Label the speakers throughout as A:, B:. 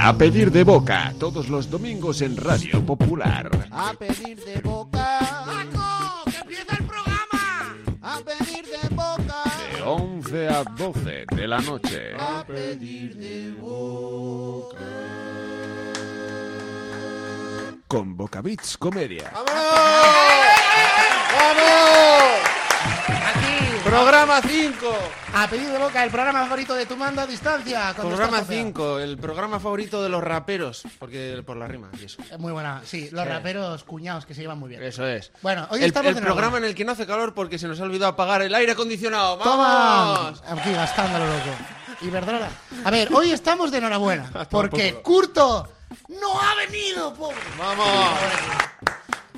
A: A pedir de boca, todos los domingos en Radio Popular.
B: A pedir de boca. ¡Paco! ¡Que empieza el programa! A pedir de boca.
A: De 11 a 12 de la noche.
B: A pedir de boca.
A: Con Bocavits Comedia.
C: ¡Vamos!
D: Aquí,
C: Programa 5.
D: a pedido de boca, el programa favorito de tu mando a distancia. con
C: Programa
D: nuestra propia.
C: 5, el programa favorito de los raperos, porque por la rima y eso.
D: Eh, Muy buena, sí, los
C: Sí.
D: raperos cuñados que se llevan muy bien.
C: Eso es.
D: Bueno, hoy
C: el,
D: estamos
C: el
D: de
C: programa
D: enhorabuena.
C: en el que no hace calor porque se nos ha olvidado apagar el aire acondicionado.
D: ¡Toma!
C: ¡Vamos!
D: Aquí gastándolo loco. Iberdrola. A ver, hoy estamos de enhorabuena
C: por
D: porque
C: culo.
D: Curto no ha venido, pobre.
C: ¡Vamos!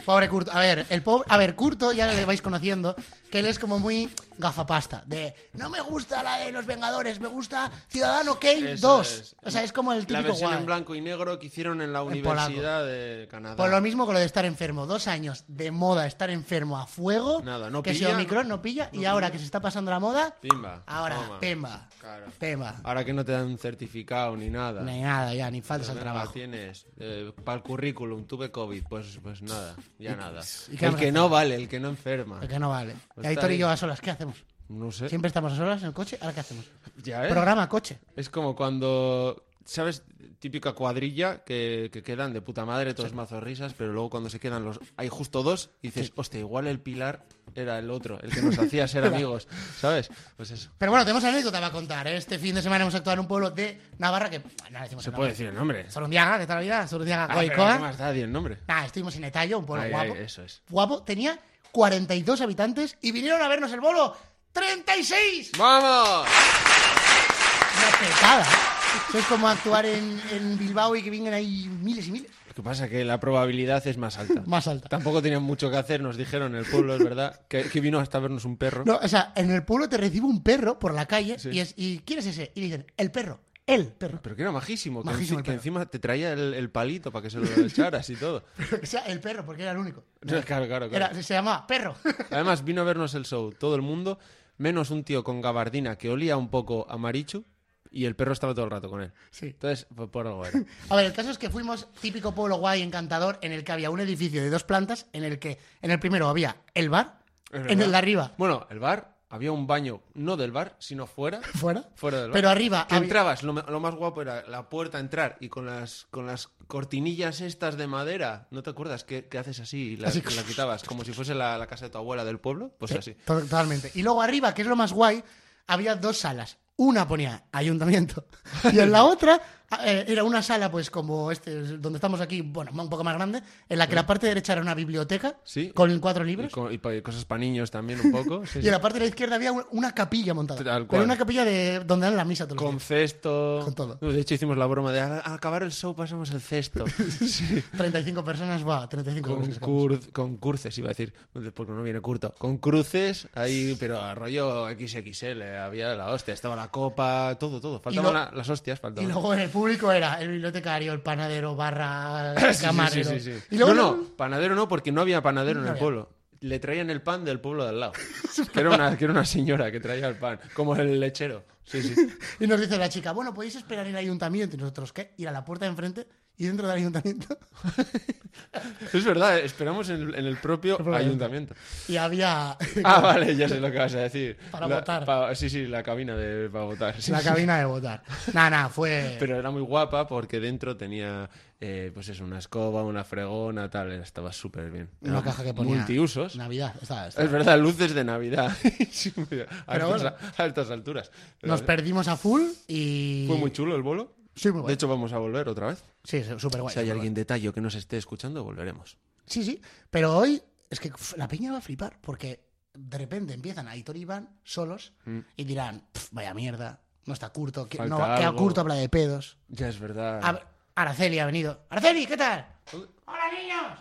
D: Pobre Curto. A ver, el pobre, a ver, Curto ya le vais conociendo que él es como muy gafapasta. De no me gusta la de los Vengadores, me gusta Ciudadano Kane
C: Eso
D: 2.
C: es.
D: O sea, es como el
C: La
D: típico
C: versión
D: guay.
C: en blanco y negro que hicieron en la
D: En
C: Universidad de Canadá.
D: Por lo mismo con lo de estar enfermo. Dos años de moda estar enfermo a fuego.
C: Nada, no
D: que
C: pilla,
D: si Omicron no pilla. y ahora que se está pasando la moda.
C: Pimba.
D: Ahora,
C: Toma.
D: pemba.
C: Claro.
D: Pemba.
C: Ahora que no te dan certificado ni nada.
D: No hay nada ya, ni faltas al
C: Nada,
D: trabajo.
C: tienes para el currículum, tuve COVID, pues, pues nada, ya nada.
D: ¿y qué
C: el
D: habrá
C: que
D: que
C: no vale, el que no enferma.
D: Porque no vale.
C: Pues
D: y
C: está
D: Aitor y
C: bien.
D: yo a solas, ¿qué hacemos?
C: No sé.
D: Siempre estamos a solas en el coche. ¿Ahora qué hacemos?
C: Ya, ¿eh?
D: Programa coche.
C: Es como cuando, ¿sabes? Típica cuadrilla que, que quedan de puta madre, todos mazos risas, pero luego cuando se quedan los. Hay justo dos, y dices, hostia, igual el pilar era el otro, el que nos hacía ser amigos, ¿sabes? Pues eso.
D: Pero bueno, tenemos anécdota para contar. ¿eh? Este fin de semana hemos actuado en un pueblo de Navarra que. Nada, decimos
C: Se
D: el
C: puede
D: nombre.
C: decir el nombre.
D: Sorundiaga, ¿qué tal la vida? Sorundiaga,
C: Ah, pero ¿Qué
D: Goicoa.
C: más da di el nombre?
D: Nada, estuvimos en Etallo, un pueblo
C: Ay,
D: guapo.
C: ay, eso es.
D: Guapo, tenía 42 habitantes y vinieron a vernos el bolo. ¡36!
C: ¡Vamos!
D: Una petada. Eso es como actuar en, en Bilbao y que vengan ahí miles y miles.
C: Lo que pasa es que la probabilidad es más alta.
D: Más alta.
C: Tampoco tenían mucho que hacer, nos dijeron en el pueblo, es verdad, que, que vino hasta vernos un perro.
D: No, o sea, en el pueblo te recibe un perro por la calle
C: Sí.
D: y, es, y ¿quién es ese? Y dicen, el perro, el perro.
C: Pero que era majísimo, que, enci-
D: Majísimo el
C: que
D: perro.
C: encima te traía el, el palito para que se lo echaras y todo.
D: O sea, el perro, porque era el único.
C: No, claro, claro, claro.
D: Era- se llamaba perro.
C: Además, vino a vernos el show todo el mundo, menos un tío con gabardina que olía un poco a marichu y el perro estaba todo el rato con él.
D: Sí.
C: Entonces, fue por algo era.
D: A ver, el caso es que fuimos típico pueblo guay encantador en el que había un edificio de dos plantas en el que en el primero había el bar,
C: Es
D: en
C: verdad.
D: el de arriba
C: Bueno, el bar, había un baño, no del bar, sino fuera.
D: fuera,
C: Fuera del bar.
D: pero arriba
C: Que
D: había-
C: entrabas, lo, me- lo más guapo era la puerta a entrar y con las, con las cortinillas estas de madera, ¿no te acuerdas que, que haces así y la,
D: Así. Eh,
C: y la quitabas? Como si fuese la, la casa de tu abuela del pueblo, pues así.
D: To- Totalmente. Y luego arriba, que es lo más guay, había dos salas. Una ponía ayuntamiento y en la otra eh, era una sala, pues como este, donde estamos aquí, bueno, un poco más grande, en la que la parte derecha era una biblioteca
C: Sí.
D: con cuatro
C: Y,
D: libros.
C: co- y pa- y cosas para niños también un poco. sí,
D: Y
C: sí.
D: en la parte de la izquierda había un- una capilla montada.
C: Tal cual.
D: Pero una capilla de donde dan la misa todos los
C: Con
D: días.
C: cesto.
D: Con todo.
C: No, De hecho, hicimos la broma de al al acabar el show pasamos el cesto. Sí.
D: 35 personas, va, 35
C: Con,
D: personas.
C: cur- con cruces, iba a decir, porque no viene curto. Con cruces, ahí, pero a rollo XXL, había la hostia, estaba la copa, todo, todo. Faltaban
D: lo-
C: la- las hostias,
D: Y
C: faltaban.
D: luego en el público era el bibliotecario, el panadero, barra, el
C: Sí, sí,
D: camarero.
C: sí, sí, sí.
D: Y luego
C: no, no, panadero no, porque no había panadero en
D: No
C: el
D: había.
C: pueblo. Le traían el pan del pueblo de al lado. que, era una, que era una señora que traía el pan, como el lechero. Sí, sí.
D: Y nos dice la chica, bueno, podéis esperar en el ayuntamiento. Y nosotros, ¿qué? Ir a la puerta de enfrente y dentro del ayuntamiento.
C: Es verdad, eh, esperamos en, el- en el propio
D: propio
C: ayuntamiento.
D: Y había
C: Ah, vale, ya sé lo que vas a decir.
D: Para
C: La-
D: votar.
C: pa- sí, sí, la cabina de, para votar. sí,
D: la
C: sí.
D: cabina de votar. Nada, nada, fue...
C: Pero era muy guapa porque dentro tenía, eh, pues eso, una escoba, una fregona, tal. Estaba súper bien.
D: una
C: Era
D: caja que ponía...
C: Multiusos.
D: Navidad, estaba- estaba.
C: Es verdad, luces de Navidad. Sí, mira, a,
D: Pero
C: estas,
D: bueno.
C: a estas alturas. Pero ¿eh?
D: Nos perdimos a full y...
C: Fue muy chulo el bolo.
D: Sí, muy
C: De
D: guay.
C: hecho, vamos a volver otra vez.
D: Sí, súper guay.
C: Si hay alguien de tallo que nos esté escuchando, volveremos.
D: Sí, sí. Pero hoy es que uf, la peña va a flipar porque de repente empiezan a Hitor y Iván solos y dirán, "Pf, vaya mierda, no está Curto, que,
C: Mm. Falta
D: no, que a
C: algo".
D: Curto habla de pedos.
C: Ya es verdad.
D: A- Araceli ha venido. Araceli, ¿qué tal? Hola, niños.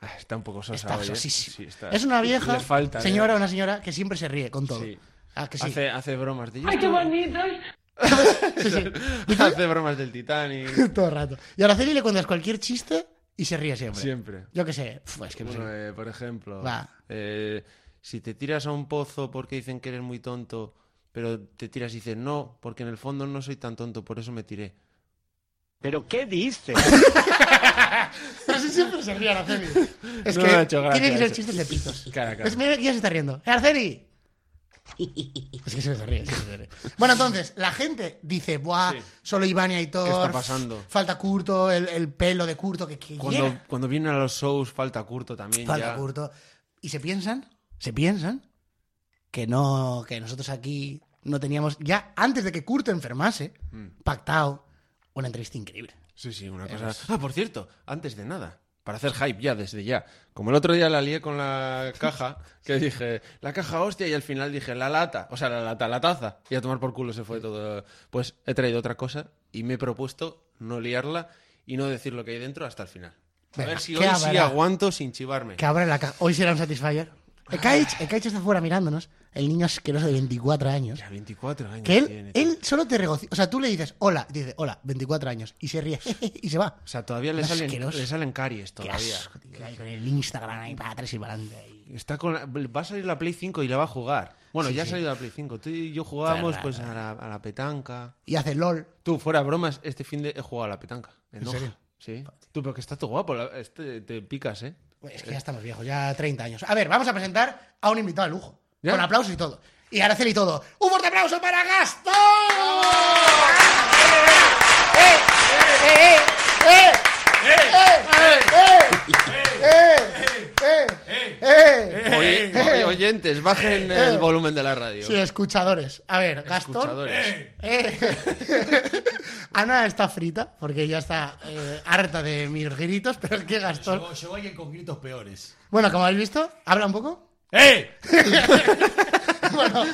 C: Ah, está un poco sosa.
D: Está
C: oye.
D: sosísimo.
C: Sí, está-
D: Es una vieja
C: Le falta, ¿eh?
D: señora, una señora que siempre se ríe con todo.
C: Sí.
D: Ah, que sí.
C: Hace, hace bromas de
E: ¡Ay, qué bonitos!
D: Sí, sí.
C: Hace bromas del Titanic.
D: todo el rato. Y a Araceli le cuentas cualquier chiste y se ríe siempre.
C: Siempre.
D: Yo qué sé. Pf, es que no sé.
C: Bueno, eh, por ejemplo,
D: Va.
C: eh, si te tiras a un pozo porque dicen que eres muy tonto, pero te tiras y dices no, porque en el fondo no soy tan tonto, por eso me tiré.
E: ¿Pero qué dices?
D: Así siempre se ríe Araceli. Es
C: No
D: que
C: me ha hecho gracia
D: tiene que ser
C: eso.
D: chistes de pitos.
C: Claro, claro.
D: Es, mira que ya se está riendo. ¡Eh, ¡Araceli! Es que se ríe, sí que se ríe. Bueno, entonces, la gente dice, buah,
C: Sí.
D: solo Iván y Aitor.
C: ¿Qué está pasando?
D: Falta Curto, el, el pelo de Curto que, que
C: Cuando,
D: llega.
C: cuando vienen a los shows falta curto también.
D: Falta
C: ya.
D: Curto. Y se piensan, se piensan que no, que nosotros aquí no teníamos, ya antes de que Curto enfermase,
C: Mm.
D: pactado una entrevista increíble.
C: Sí, sí, una cosa. Ah, por cierto, antes de nada, para hacer hype ya, desde ya. Como el otro día la lié con la caja, que dije, la caja hostia, y al final dije, la lata, o sea, la lata, la taza. Y a tomar por culo se fue todo. Pues he traído otra cosa y me he propuesto no liarla y no decir lo que hay dentro hasta el final. A
D: Venga,
C: ver si
D: ¿qué
C: hoy sí
D: habrá?
C: aguanto sin chivarme.
D: Que abra la caja. Hoy será un Satisfyer. El Kaich, el Kaich está fuera mirándonos. El niño asqueroso de 24 años.
C: Ya 24 años
D: Que él,
C: tiene,
D: él
C: tío.
D: solo te regocija. O sea, tú le dices, hola, y te dice, hola, 24 años. Y se ríe y se va.
C: O sea, todavía le
D: Es
C: salen,
D: asqueroso.
C: le salen caries
D: Qué
C: todavía.
D: asco, tío, ahí con el Instagram ahí para atrás y para adelante. ahí.
C: Está con la- va a salir la Play 5 y la va a jugar. Bueno,
D: Sí,
C: ya
D: sí.
C: ha salido la Play 5. Tú y yo jugábamos
D: Está
C: pues a la, a la petanca.
D: Y hace LOL.
C: Tú, fuera bromas, este fin de he jugado a la petanca. ¿En, hoja.
D: serio?
C: Sí. Tú, pero que estás tú guapo. la- este- te picas, ¿eh?
D: Pues Es que ya estamos viejos, ya 30 años. A ver, vamos a presentar a un invitado de lujo.
C: ¿Ya?
D: Con aplausos y todo. Y Araceli y todo. ¡Un fuerte aplauso para Gastón!
C: ¡Oh! Oye, oye, oyentes, bajen el volumen de la radio.
D: Sí, escuchadores. A ver, Gastón.
C: Escuchadores.
D: Eh. Ana está frita porque ya está eh, harta de mis gritos, pero es que Gastón.
F: Llegó, llegó alguien con gritos peores.
D: Bueno, como habéis visto, habla un poco.
F: ¡Eh!
D: Bueno,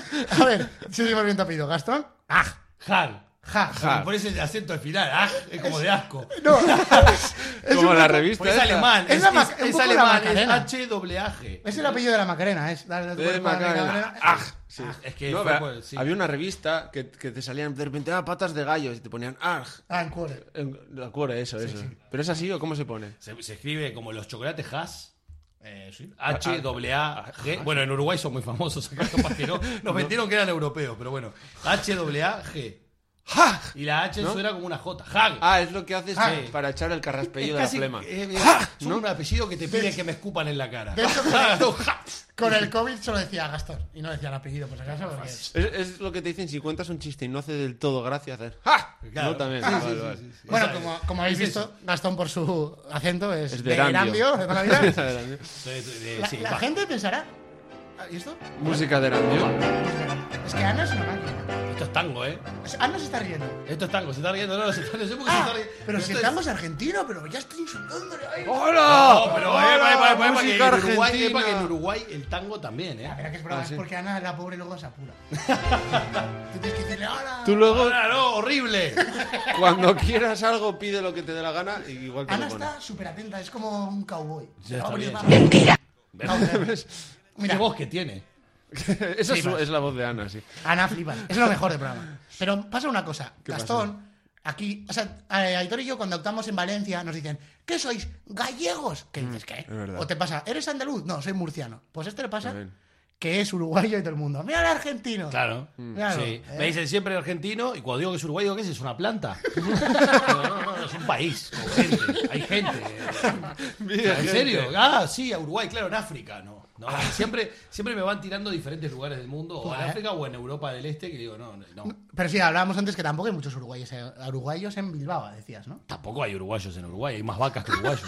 D: a ver, si seguimos bien tapido. Gastón. ¡Ah!
F: ¡Jal!
D: ¡Ja! ja.
F: Por ese acento al final, ¡aj! Es como de asco.
D: No, es,
C: Como
D: un
C: la
D: poco-
C: revista.
F: Porque es
C: esta.
F: alemán.
D: Es
F: Es,
D: la ma-
F: es-
D: un
F: es
D: poco la
F: alemán, es
D: Macarena.
F: H doble aje.
D: Es el apellido de la Macarena, es. Dale, dale,
C: Eh,
D: dale,
C: Macarena.
D: Macarena.
C: Ah,
F: Sí. Es que
C: No,
F: fue
C: pero
F: por- sí.
C: Había una revista que, que te salían de repente ah, patas de gallo y te ponían arg.
D: Ah, en cuore.
C: En- La cuore, eso, eso. ¿Pero es así o cómo se pone?
F: se, se escribe como los chocolates Haas. Eh, sí. H, doble A, G. Bueno, en Uruguay son muy famosos. Acá capaz que no. Nos metieron que eran europeos, pero bueno. H, doble A, G. Y la H suena como una J. Hag.
C: Ah, es lo que haces
F: Ah.
C: eh, para echar el carraspello de la flema.
F: eh, eh,
D: Ah,
F: son un apellido que te piden que me escupan en la cara.
D: De hecho,
F: Hag, no, Hag.
D: Con el COVID solo decía Gastón y no decía el apellido, por si acaso. porque-
C: Es, es lo que te dicen si cuentas un chiste y no hace del todo gracia hacer ¡Ja!
F: Claro.
C: No también.
F: Sí, sí,
C: Vale,
F: sí,
C: vale.
F: sí, sí.
D: Bueno,
F: Esa-
D: como, como habéis
F: es
D: visto,
F: eso.
D: Gastón por su acento es,
C: Es
D: de
C: de Erandio.
D: Erandio, de toda la vida.
F: De- de- de-
D: La,
F: sí,
D: la
F: va.
D: gente pensará. "Ah, ¿Y esto?
C: Música de Randio.
D: Es que Ana es una máquina.
F: Esto es tango, ¿eh?
D: O sea, Ana se está riendo.
F: Esto es tango, se está riendo, no, no, se está riendo. no sé por qué se
D: Ah,
F: está riendo.
D: pero si
F: esto
D: estamos argentinos, pero ya estoy insultándole. ay.
C: ¡Hola!
F: No, pero eh,
C: ¡Hola!
F: para, para, para, para que en
C: Oh, música
F: Uruguay,
C: argentina.
F: para que en Uruguay el tango también, ¿eh?
D: Pero que es broma,
C: Ah, sí.
D: es porque Ana, la pobre, luego se apura. Tú tienes que decirle, hola.
C: Tú luego,
F: Ahora no, horrible.
C: cuando quieras algo, pide lo que te dé la gana y igual te
D: Ana
C: lo pones.
D: está súper atenta, es como un cowboy.
F: Ya está bien.
D: Mentira. Mira,
F: Qué voz que tiene.
C: Esa es, su- es la voz de Ana, sí.
D: Ana flipa. Es lo mejor del programa. Pero pasa una cosa. Gastón, aquí, o sea, eh, Aitor y yo cuando actuamos en Valencia nos dicen, ¿qué sois? ¿Gallegos? ¿Qué dices qué?
C: Mm, verdad.
D: O te pasa, ¿eres andaluz? No, soy murciano. Pues este le pasa
C: También.
D: que es uruguayo y todo el mundo. ¡Mira al argentino!
F: Claro.
D: Claro,
F: Mm. Sí.
D: eh.
F: Me dicen siempre argentino y cuando digo que es uruguayo, ¿qué es? ¿Es una planta? no, no, no, es un país. con gente. Hay gente.
C: Mira,
F: ¿En
C: gente.
F: serio? Ah, sí, a Uruguay, claro, en África, no. no siempre, siempre me van tirando a diferentes lugares del mundo, o en
D: Joder.
F: África o en Europa del Este, que digo, no, no, no.
D: Pero sí, hablábamos antes que tampoco hay muchos uruguayos, eh, uruguayos en Bilbao, decías, ¿no?
F: Tampoco hay uruguayos en Uruguay, hay más vacas que uruguayos.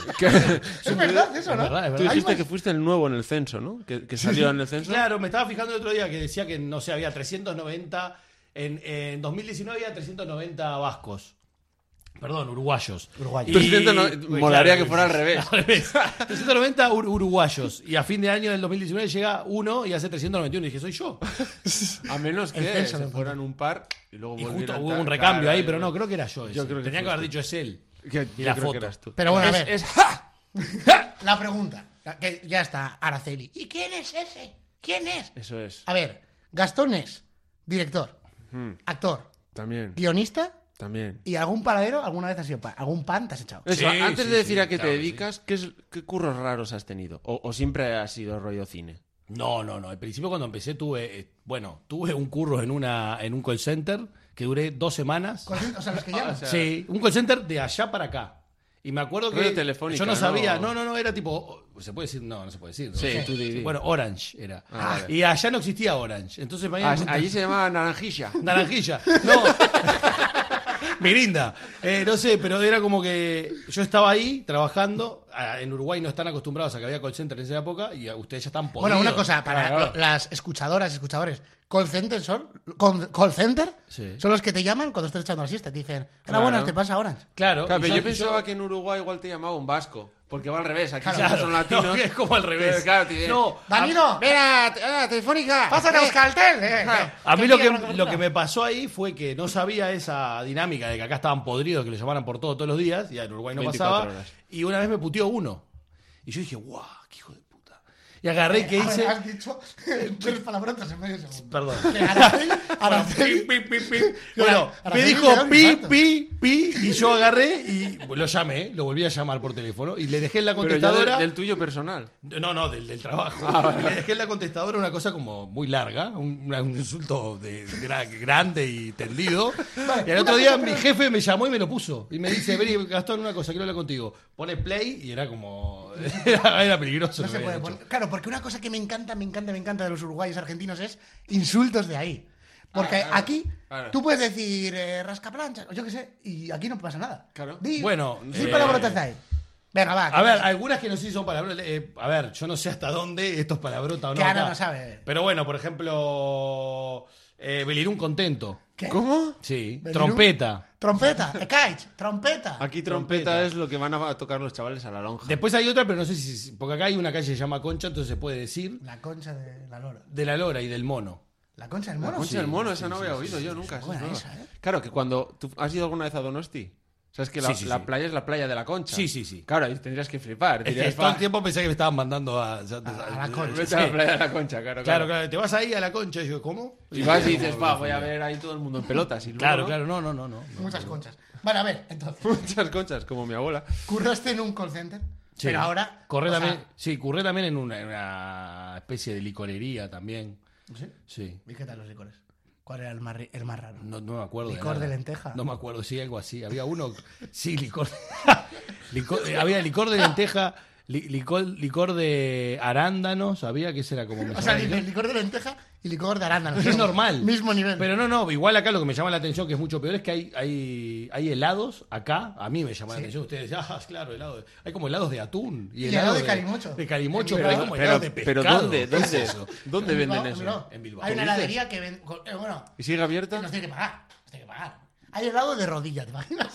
D: Es verdad eso, ¿no?
F: Es verdad, es
C: Tú
F: verdad.
D: Hay
C: dijiste
D: más-
C: que fuiste el nuevo en el censo, ¿no? Que, que salió en el censo.
F: Claro, me estaba fijando el otro día que decía que, no sé, había 390. En, en 2019 había 390 vascos. Perdón, uruguayos.
D: Uruguayos.
F: Y-
C: 390,
F: Pues,
C: molaría
F: claro,
C: que fuera al revés.
F: al revés. 390 ur- uruguayos. Y a fin de año del 2019 llega uno y hace 391. Y dije, soy yo.
C: A menos
D: El
C: que
D: censo
C: se
D: me
C: fueran un par y luego
F: Y
C: volvieran
F: justo
C: tal.
F: hubo un recambio
C: Claro,
F: ahí, pero no, creo que era yo. ese.
C: Yo creo que este.
F: Tenía que
C: fuiste.
F: haber dicho, es él.
C: Que-
F: Y
C: yo creo
F: la
C: que
F: foto.
C: eras tú.
D: Pero bueno, a
C: Es-
D: ver.
C: es- ¡Ja!
D: La pregunta, que ya está, Araceli. ¿Y quién es ese? ¿Quién es?
C: Eso es.
D: A ver, Gastón es director,
C: Mm.
D: actor,
C: También,
D: guionista
C: también.
D: y algún paradero alguna vez has sido pa- algún pan te has echado.
C: Eso,
F: Sí,
C: antes
F: sí,
C: de decir
F: sí,
C: a qué
F: claro
C: te
F: que
C: dedicas, ¿qué, es- qué curros raros has tenido? O, o siempre has sido rollo cine?
F: No, no, no. Al principio cuando empecé tuve, eh, bueno, tuve un curro en una en un call center que duré dos semanas.
D: Call- O sea, los que llaman.
C: sea,
F: sí, un call center de allá para acá. Y me acuerdo que
C: Radio Telefónica,
F: yo no
C: ¿no?
F: sabía, no, no, no, era tipo, o- se puede decir, no, no se puede decir. ¿no?
C: Sí, tú di, di.
F: Bueno, Orange era.
C: Ah, vale.
F: Y allá no existía Orange, entonces me
C: Ah,
F: habían
C: Allí se llamaba Naranjilla.
F: Naranjilla. No. Mirinda. Eh, no sé, pero era como que yo estaba ahí trabajando. Ah, En Uruguay no están acostumbrados a que había call center en esa época y ah, ustedes ya están podidos.
D: Bueno, una cosa, para
F: Claro, claro.
D: lo- las escuchadoras, escuchadores, call center son, con- call center
F: Sí.
D: son los que te llaman cuando estás echando la siesta. Te dicen, ahora
C: Claro.
D: buenas, te pasa Orange.
F: Claro,
C: Claro,
F: y
C: pero
F: yo-
C: yo pensaba
F: yo-
C: que en Uruguay igual te llamaba un vasco, porque va al revés, aquí
F: Claro,
C: siempre son latinos.
F: no, que es como al revés.
C: Pero claro, te dicen,
F: No,
D: ¡Danilo!
C: ¡Mira, te- ah, telefónica!
D: ¡Pásate a Euskaltel! eh, eh.
F: A mí lo que,
D: pilla con la
F: lo que me pasó ahí fue que no sabía esa dinámica de que acá estaban podridos, que le llamaran por todo todos los días, y en Uruguay no
C: 24
F: pasaba.
C: horas.
F: Y una vez me puteó uno. Y yo dije, guau, qué hijo de puta. Y agarré que
D: Eh, A ver,
F: hice.
D: Ah, Has dicho tres palabrotas en medio segundo.
F: Perdón.
D: Araceli, Araceli-
F: Bueno, pi, pi, pi, pi. Bueno, me
D: Araceli
F: dijo
D: León y
F: pi,
D: Santos.
F: pi, pi, y yo agarré y lo llamé, lo volví a llamar por teléfono y le dejé en la
C: Pero ya del,
F: contestadora.
C: del tuyo personal.
F: No, no, del, del trabajo.
D: Ah,
F: Le dejé en la contestadora una cosa como muy larga, un, una- un insulto de, gra- grande y tendido. y al otro día mi jefe me llamó y me lo puso. Y me dice, vení, Gastón, una cosa, quiero hablar contigo. Pone play y era como... era, era peligroso.
D: No
F: lo
D: se
F: que
D: puede
F: habían hecho.
D: poner. Claro, porque una cosa que me encanta, me encanta, me encanta de los uruguayos argentinos es insultos de ahí. Porque
C: Ah, claro,
D: aquí
C: claro.
D: tú puedes decir eh, rascaplanchas, o yo qué sé, y aquí no pasa nada.
C: Claro.
D: Di-
F: Bueno,
D: di
F: eh,
D: palabrotas de ahí. Venga, va.
F: A ver, algunas que no sé si son palabrotas. eh, a ver, yo no sé hasta dónde estos palabrotas o no.
D: Que ahora
F: acá.
D: no sabe.
F: Pero bueno, por ejemplo, eh, Belirún contento.
D: ¿Qué?
C: ¿Cómo?
F: Sí.
D: Belirún.
F: Trompeta.
D: Trompeta, ecaich, trompeta.
C: Aquí trompeta,
F: Trompeta.
C: es lo que van a tocar los chavales a la lonja.
F: Después hay otra, pero no sé si. Porque acá hay una calle que se llama Concha, entonces se puede decir
D: La concha de la lora.
F: de la lora y del mono.
D: La concha del
C: La
D: mono.
C: concha
D: sí.
C: del mono, esa no había oído yo nunca. esa es
D: buena
C: nueva.
D: esa, ¿eh?
C: Claro, que cuando. ¿Tú has ido alguna vez a Donosti? Sabes que la,
F: Sí, sí,
C: la
F: sí.
C: playa es la playa de la concha.
F: Sí, sí, sí.
C: Claro, ahí tendrías que flipar.
F: Es que
C: dirías,
F: todo
C: "Fa,
F: el tiempo pensé que me estaban mandando
D: A
F: a.
D: la concha.
C: Vete a la playa de la concha, claro.
F: Claro, claro, te vas ahí a la concha y yo, ¿cómo?
C: Y vas y dices, va, voy a ver ahí todo el mundo en pelotas. Y luego,
F: Claro,
C: ¿no?
F: claro, no, no, no. no.
D: Muchas conchas. Vale, a ver, entonces,
C: Muchas conchas, como mi abuela.
D: curraste en un call center,
F: Sí.
D: pero ahora...
F: Corré
D: o sea,
F: también, sí, curré también en una, en una especie de licorería también.
D: ¿sí?
F: Sí.
D: ¿Y qué tal los licores? ¿Cuál era el más, ri- el más raro?
F: No, no me acuerdo.
D: Licor
F: nada.
D: de lenteja.
F: No me acuerdo, sí, algo así. Había uno. Sí, licor. licor- eh, había licor de lenteja, li- licor, licor de arándanos. Había que ese era como. me
D: O sea,
F: llamaba
D: li-
F: licor.
D: licor de lenteja y licor de arándano.
F: Pero es normal.
D: Ah, Mismo nivel.
F: Pero no, no, igual acá lo que me llama la atención, que es mucho peor, es que hay, hay, hay helados acá. A mí me llama la atención. Ustedes dicen, ah, claro, helado. de-". Hay como helados de atún.
D: Y helado de calimocho.
F: De calimocho,
D: Pero-
F: pero, hay como helados de pescado.
C: pero ¿dónde?
F: ¿Qué es
C: ¿Dónde,
F: eso?
C: ¿dónde
D: En
C: venden
D: Bilbao,
C: eso?
D: Bilbao.
F: En Bilbao.
D: Hay
C: ¿Qué
D: una
C: dices?
D: heladería que vende. eh, Bueno,
C: ¿Y sigue abierta?
D: nos tiene que pagar. Nos tiene que pagar. Hay helado de rodilla, ¿te imaginas?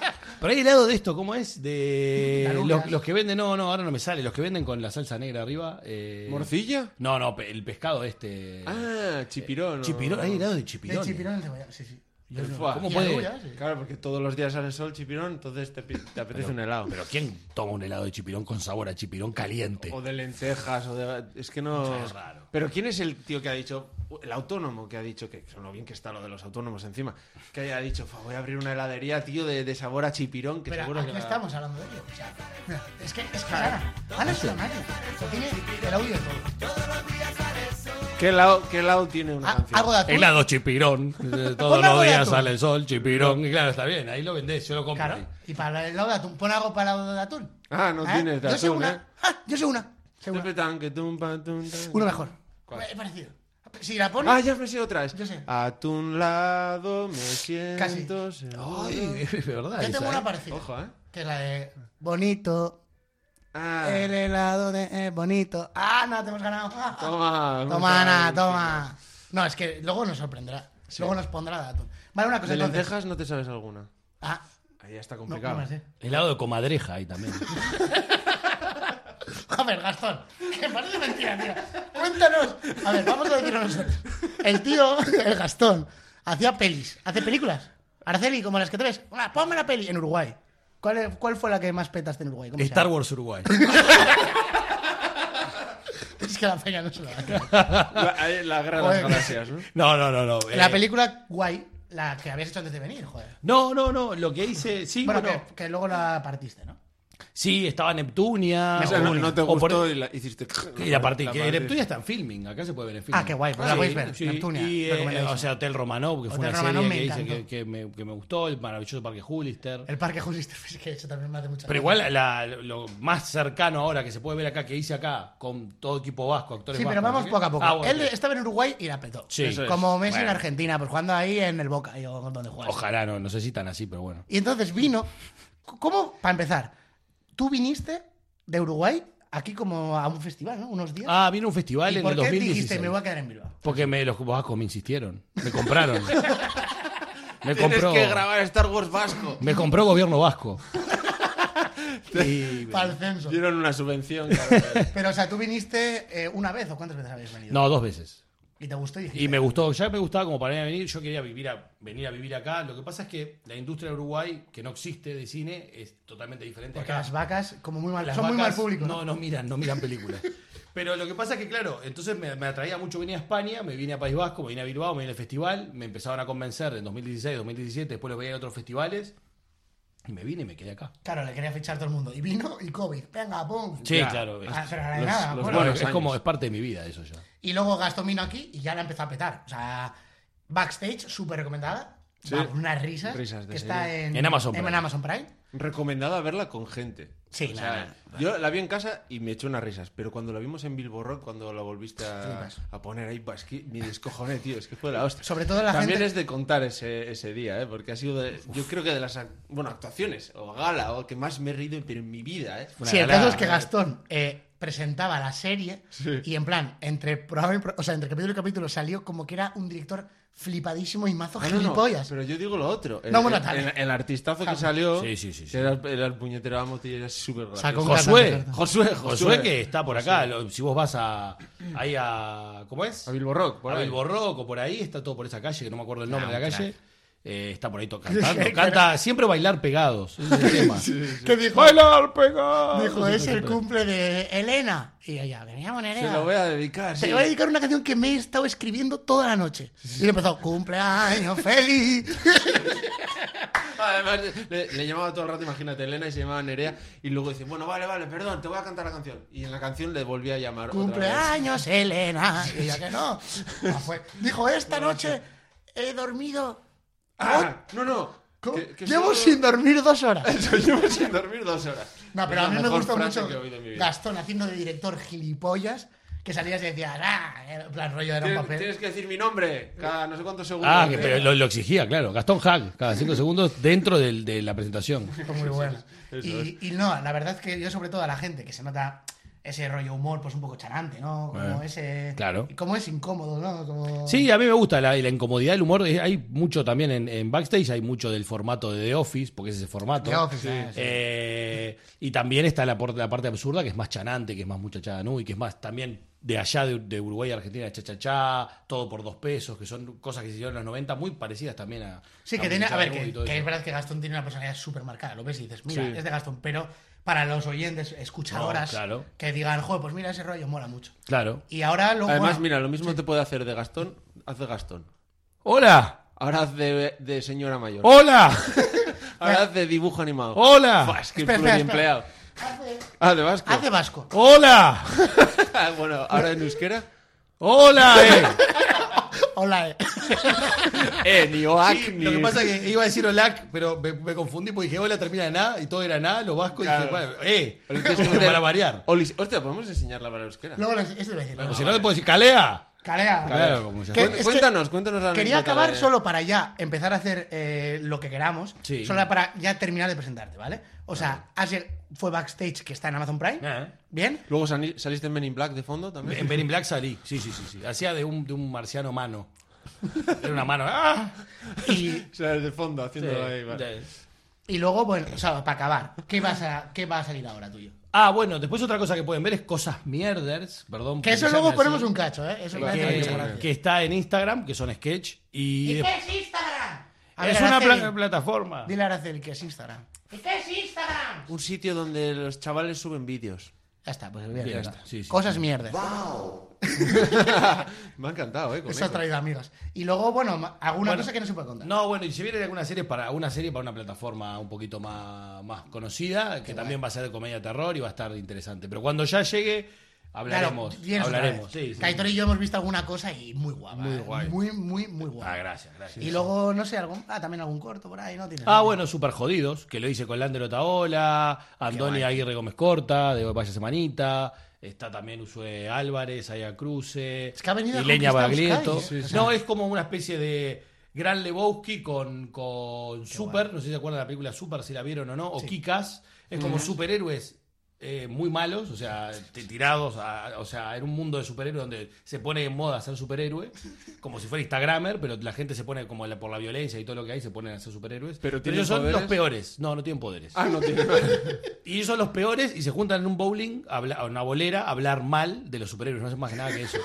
F: Pero hay helado de esto, ¿cómo es? De
D: Garulas.
F: los, los que venden, no, no, ahora no me sale, los que venden con la salsa negra arriba. eh,
C: ¿Morcilla?
F: No, no, pe- el pescado este.
C: Ah, chipirón. o-
F: chipirón, hay helado de
D: De
F: chipirón.
D: chipirón en cebolla. Sí, sí. Yo no-
C: Fua.
F: ¿Cómo
D: Y
F: puede?
D: arrugas, sí.
C: Claro, porque todos los días sale sol, chipirón, entonces te, pi- te apetece un helado.
F: Pero ¿quién toma un helado de chipirón con sabor a chipirón caliente?
C: O de lentejas, o de... Es que no...
F: Es raro.
C: Pero ¿quién es el tío que ha dicho, el autónomo que ha dicho, que son lo bien que está lo de los autónomos encima, que haya dicho, "Fua, voy a abrir una heladería, tío, de, de sabor a chipirón, que
D: Pero
C: seguro
D: aquí
C: que la-
D: estamos hablando de ello. O sea, mira, es que es que Ana, Ana es una máquina. O sea, Tiene el audio de todo.
C: ¿Qué helado, qué helado tiene una
D: Ah,
C: canción?
D: Algo de atún.
F: Helado chipirón. eh, Todos
D: Pon algo
F: los
D: de
F: días
D: atún.
F: sale el sol, chipirón. Y claro, está bien, ahí lo vendés, yo lo compro.
D: Claro.
F: ahí.
D: Y para el helado de atún. Pon algo para el helado de atún.
C: Ah, no
D: ¿Eh?
C: tienes de
D: Yo sé
C: atún,
D: una.
C: ¿eh?
D: Ah, yo sé una. Sé una.
C: Tepetan, que tumpa, tum, tan.
D: Uno mejor.
C: ¿Cuál?
D: Eh, Parecido. Si la pones.
C: Ah, ya me sé otra. Es,
D: Yo sé.
C: A tu lado me siento seguro.
F: Ay, es verdad.
D: Yo
F: esa,
D: tengo
F: ¿eh?
D: una parecida.
C: Ojo, ¿eh?
D: Que es la de Bonito.
C: Ah,
D: El helado de eh, Bonito. Ah, no, te hemos ganado. Ah, ah.
C: Toma.
D: Toma, Ana, toma. No, es que luego nos sorprenderá. Luego nos pondrá datos. Vale, una cosa
C: De
D: entonces.
C: lentejas no te sabes alguna.
D: Ah,
C: Ahí ya está
D: no, eh?
C: complicado.
D: no me sé.
F: Helado de comadreja ahí también.
D: A ver, Gastón, que parece mentira, tío. Cuéntanos. A ver, vamos a decirlo nosotros. El tío, el Gastón, hacía pelis, hace películas. Araceli, como las que tres. Una, ponme la peli en Uruguay. ¿Cuál, es- ¿Cuál fue la que más petaste en Uruguay? ¿Cómo se
F: Star
D: llama?
F: Wars Uruguay.
D: Es que la peña no se la da.
C: La, ahí la gran las
D: Joder.
C: galaxias, ¿no?
F: No, no, no, no. eh,
D: La película guay, la que habías hecho antes de venir, joder.
F: No, no, no. Lo que hice, sí,
D: bueno,
F: bueno.
D: que, que luego la partiste, ¿no?
F: Sí, estaba Neptunia.
D: Ah,
C: O sea, no,
F: Neptunia.
C: no te
F: O por-
D: e-
C: gustó y la hiciste.
F: Y aparte, que
C: parte-
F: Neptunia está en filming, acá se puede ver en filming.
D: Ah, qué guay, pues la podéis ver, Neptunia,
F: Y, eh,
D: recomendadísimo.
F: o sea, Hotel Romanov, que fue
D: Hotel
F: una
D: Romanov
F: serie
D: me
F: que, hice
D: encantó.
F: que, que me, que me gustó, el maravilloso Parque Julister.
D: El parque Justice, es que eso también me hace mucha
F: Pero
D: gracia.
F: igual la- lo más cercano ahora que se puede ver acá, que hice acá, con todo equipo vasco, actores
D: Sí, pero
F: vascos,
D: vamos
F: ¿no?
D: poco a poco.
F: Ah, bueno,
D: Él
F: bien.
D: estaba en Uruguay y la petó.
F: Sí. Eso
C: es.
D: Como Messi en
F: Bueno.
D: Argentina, pues jugando ahí en el Boca, yo donde juega.
F: Ojalá, no, no sé si tan así, pero bueno.
D: Y entonces vino. ¿Cómo? Para empezar, tú viniste de Uruguay aquí como a un festival, ¿no? Unos días.
F: Ah, vino un festival
D: ¿Eh? ¿Y
F: en
D: por
F: el
D: qué
F: 2016.
D: dijiste me voy a quedar en Bilbao?
F: Porque me, los vascos me insistieron. Me compraron. me
C: Tienes
F: compró.
C: que grabar Star Wars Vasco.
F: Me compró gobierno vasco. Y-
D: Para el censo.
C: Dieron una subvención. claro.
D: Pero, o sea, tú viniste eh, una vez o cuántas veces habéis venido.
F: No, dos veces.
D: Y te gustó y dijiste,
F: Y me gustó, ya me gustaba como para ir a venir, yo quería vivir a, venir a vivir acá. Lo que pasa es que la industria de Uruguay, que no existe de cine, es totalmente diferente
D: Porque
F: acá.
D: las vacas, como muy mal,
F: Las
D: son muy mal
F: vacas
D: público.
F: No, no miran, no miran películas. Pero lo que pasa es que, claro, entonces me, me atraía mucho venir a España, me vine a País Vasco, me vine a Bilbao, me vine al festival, me empezaron a convencer en 2016, 2017, después lo veía en otros festivales, y me vine y me quedé acá.
D: Claro, le quería fichar todo el mundo. Y vino y COVID. Venga, pum.
F: Sí,
C: Ya.
F: claro.
D: Ah, pero a la
C: Los-
D: nada,
C: los
D: bueno.
F: bueno,
C: buenos
F: es como,
C: años.
F: es parte de mi vida eso ya.
D: Y luego Gastón vino aquí y ya la empezó a petar. O sea, backstage, súper recomendada.
C: Sí.
D: Va, unas risas.
C: Risas de
D: que está
C: serie.
D: en,
F: En Amazon
D: en
F: Prime.
D: Amazon Prime.
C: Recomendada verla con gente.
D: Sí,
C: O sea, yo la vi en casa y me eché unas risas, pero cuando la vimos en Bilbo Rock, cuando la volviste a,
D: Flipas.
C: a poner ahí, pues, es que me descojoné, tío, es que fue la hostia.
D: Sobre todo la
C: También
D: gente-
C: es de contar ese, ese día, ¿eh? porque ha sido, de- yo creo que de las ac- bueno, actuaciones o gala o que más me he reído pero en mi vida. ¿eh? Fue una
D: sí, el
C: gala-
D: caso es que Gastón eh, presentaba la serie y en plan, entre programa y pro- o sea, entre capítulo y capítulo salió como que era un director flipadísimo y mazo
C: Ah, No, no, no,
D: gilipollas.
C: pero yo digo lo otro. El,
D: No, bueno,
C: el-
D: dale.
C: el- el artistazo que salió,
F: Sí, sí, sí, sí.
C: que Era, era el puñetero amo, tío, era súper gracioso.
D: Sacó un
F: Josué,
D: cartón de cartón.
C: Josué,
F: Josué que está por acá, lo- si vos vas a ahí a ¿cómo es?
C: A Bilbo Rock, por
F: a
C: ahí.
F: Bilbo Rock o por ahí, está todo por esa calle, que no me acuerdo el nombre
D: Ah,
F: de la
D: un
F: calle. Eh, está por ahí to- cantando, canta siempre bailar pegados, ese es el tema.
D: ¿Qué dijo?
C: ¡Bailar, pegado!
D: Dijo, es el cumple de Elena. Y ella, venía con
C: Se
D: Elena.
C: lo voy a dedicar,
D: Te
C: sí.
D: voy a dedicar una canción que me he estado escribiendo toda la noche. Y le empezó, cumpleaños feliz.
C: Además, le, le llamaba todo el rato, imagínate, Elena y se llamaba Nerea. Y luego dice, bueno, vale, vale, perdón, te voy a cantar la canción. Y en la canción le volví a llamar. otra vez.
D: Cumpleaños, Elena. Y ella que no. Ah, fue. Dijo, esta noche he dormido.
C: Ah, no, no.
D: ¿Cómo?
C: que- que
D: Llevo
C: solo-
D: sin dormir dos horas.
C: Llevo sin dormir dos horas.
D: No, pero
C: Es la
D: a mí me
C: mejor
D: gusta
C: frase
D: mucho
C: que he oído en mi vida.
D: Gastón haciendo de director gilipollas que salías y decías, ah, en plan rollo era un
C: Tienes,
D: papel.
C: tienes que decir mi nombre cada no sé cuántos segundos.
F: Ah, que pero lo, lo exigía, claro. Gastón Hack, cada cinco segundos dentro del- de la presentación.
D: Fue muy buena. Y, y no, la verdad es que yo sobre todo a la gente que se nota ese rollo humor pues un poco charante, ¿no? Como
F: Bueno,
D: ese...
F: claro.
D: Como es incómodo, ¿no? Como...
F: Sí, a mí me gusta la, y la incomodidad, el humor. eh, Hay mucho también en, en backstage, hay mucho del formato de The Office, porque es ese formato.
D: The Office, eh, sí.
F: Eh, y también está la, por- la parte absurda, que es más chanante, que es más muchachada, ¿no? Y que es más también de allá de, de Uruguay a Argentina, cha, cha, cha, todo por dos pesos, que son cosas que se hicieron en los 90, muy parecidas también a.
D: Sí, que tiene. A
F: Muchachada
D: ver,
F: Nui y
D: que,
F: todo
D: que
F: eso.
D: es verdad que Gastón tiene una personalidad súper marcada. Lo ves y dices, mira,
C: Sí.
D: es de Gastón. Pero para los oyentes, escuchadoras,
F: No, claro.
D: que digan, joder, pues mira ese rollo, mola mucho.
F: Claro.
D: Y ahora lo.
C: Además,
D: bueno,
C: mira, lo mismo te puede hacer de Gastón, haz de Gastón.
F: ¡Hola!
C: Ahora haz de, de señora mayor.
F: ¡Hola!
C: Ahora haz de dibujo animado.
F: Oh,
C: Buah,
F: ¡Hola!
C: es que
D: Espera, espera,
C: pluriempleado.
D: Hace,
C: Ah, de vasco. Ah,
D: hace vasco.
F: ¡Hola!
C: bueno, ahora en euskera.
F: ¡Hola! eh.
D: Hola, eh.
C: Eh, ni oak,
F: Sí,
C: ni...
F: Lo que pasa es que iba a decir olac, pero me, me confundí porque dije hola termina en A y todo era en A, lo vasco, y dije, bueno, eh,
C: Pero tienes que meter-
F: para variar.
C: Olis- Hostia, ¿podemos enseñar la palabra euskera?
D: Luego lo este lo voy a decir.
F: O
D: luego.
F: si no, le puedo decir, calea.
D: Calea.
F: Claro, como ya
D: Que-
F: sabes.
C: Cuen-
D: es que
C: cuéntanos, cuéntanos la
D: Quería
C: anécdota
D: acabar
C: de-
D: solo para ya empezar a hacer eh, lo que queramos.
F: Sí.
D: Solo para ya terminar de presentarte, ¿vale? O sea, Asier fue backstage que está en Amazon Prime.
F: Ah,
D: Bien.
C: Luego sali- saliste en Men in Black de fondo
F: En
C: también.
F: Ben in Black salí, sí, sí, sí, sí. Hacía de un, de un marciano mano. Era una mano. ¡Ah!
D: Y,
C: O sea, de fondo, haciendo ahí. vale.
F: Sí.
D: y luego, bueno, o sea, para acabar, ¿qué, vas a, ¿qué va a salir ahora tuyo?
F: Ah, bueno, después otra cosa que pueden ver es cosas mierders, perdón.
D: Que
F: por
D: eso
F: llamarme
D: luego
F: así,
D: ponemos un cacho, ¿eh? Eso me hace mucha
F: Que,
D: gracia.
F: que está en Instagram, que son sketch. Y,
D: ¿Y
F: de-
D: qué es Instagram? A ver,
F: es una
D: Araceli,
F: pla- plataforma.
D: Dile a Araceli que es Instagram. ¿Y qué es Instagram?
C: Un sitio donde los chavales suben vídeos.
D: Ya está, pues bien,
F: Bien,
D: ya
F: ya
D: está.
F: está. Sí, sí,
D: Cosas
F: sí.
D: mierdas.
C: Me ha encantado, ¿eh? con
D: Esa
C: eso.
D: traída, amigos. Y luego, bueno, ma- alguna
F: Bueno.
D: cosa que no se puede contar.
F: No, bueno, y si viene alguna serie para una serie para una plataforma un poquito más, más conocida, que también va a ser de comedia terror y va a estar interesante. Pero cuando ya llegue, hablaremos.
D: tienes otra
F: hablaremos.
D: vez.
F: Sí, sí.
D: Kaitor y yo hemos visto alguna cosa y muy guapa.
C: Muy
D: eh.
C: guay.
D: Muy, muy, muy guapa.
F: Ah, gracias, gracias.
D: y luego, no sé, algún, ah, también algún corto por ahí, ¿no? Tienes
F: Ah,
D: nada.
F: bueno, Super Jodidos, que lo hice con Lander Otaola, Andoni Aguirre Gómez Corta, de Vaya Semanita, está también Usue Álvarez, Aya Cruce,
D: Es que ha venido a
F: Ileña
D: conquistar
F: Baglietto.
D: Euskadi, ¿eh? Sí, sí.
F: No, es como una especie de Gran Lebowski con, con Super, no sé si se acuerdan de la película Super, si la vieron o no, o Kikas, es como superhéroes. eh, muy malos, o sea, t- tirados, a- o sea, en un mundo de superhéroes donde se pone en moda ser superhéroe, como si fuera Instagramer, pero la gente se pone como la- por la violencia y todo lo que hay, se ponen a ser superhéroes.
C: Pero
F: Pero
C: tienen
F: ellos son los
C: poderes.
F: peores. No, no tienen poderes.
C: Ah, no tiene nada.
F: Y ellos son los peores y se juntan en un bowling, a habla- a una bolera, a hablar mal de los superhéroes. No hacen más nada que eso.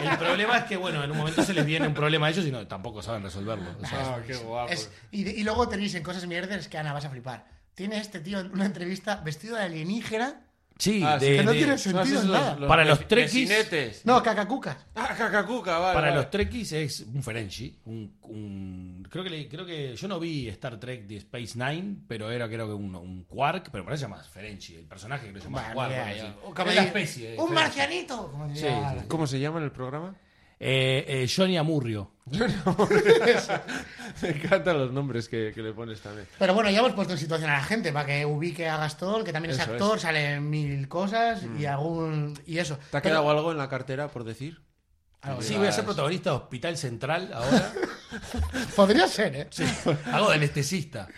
F: El problema es que, bueno, en un momento se les viene un problema a ellos y no, tampoco saben resolverlo. O sea,
C: Ah, qué guapo.
D: Es- y, de- y luego tenéis en cosas mierdas que Ana vas a flipar. Tiene este tío en una entrevista vestido de alienígena.
F: sí,
C: Ah, sí.
F: de-
D: que no
F: de-
D: tiene sentido en nada.
F: Para los trequis-
C: Cinetes.
D: No, cacacucas.
C: Ah, cacacuca, vale.
F: para
C: vale.
F: los trekkies es un Ferengi. Un, un- creo, que le- creo que yo no vi Star Trek de Space Nine, pero era creo que un, un Quark, pero parece más Ferengi. El personaje que se llama
D: Vale,
F: Quark.
D: ya,
F: algo
D: ya.
F: así.
D: O
F: Es
D: como
F: la
D: ahí,
F: especie. de
D: Un
F: Ferengi.
D: marcianito. como
F: Sí,
D: diría
F: sí,
D: la-
C: ¿Cómo se llama en el programa?
F: Eh, eh, Johnny Amurrio.
C: Me encantan los nombres que, que le pones también.
D: Pero bueno, ya hemos puesto en situación a la gente para que ubique a Gastón, que también es
C: Eso
D: actor, sale en mil cosas y algún. y eso.
C: ¿Te ha
D: Pero-
C: quedado algo en la cartera por decir?
D: algo-
F: Sí, voy a ser protagonista de Hospital Central ahora.
D: Podría ser, ¿eh?
F: Hago de anestesista.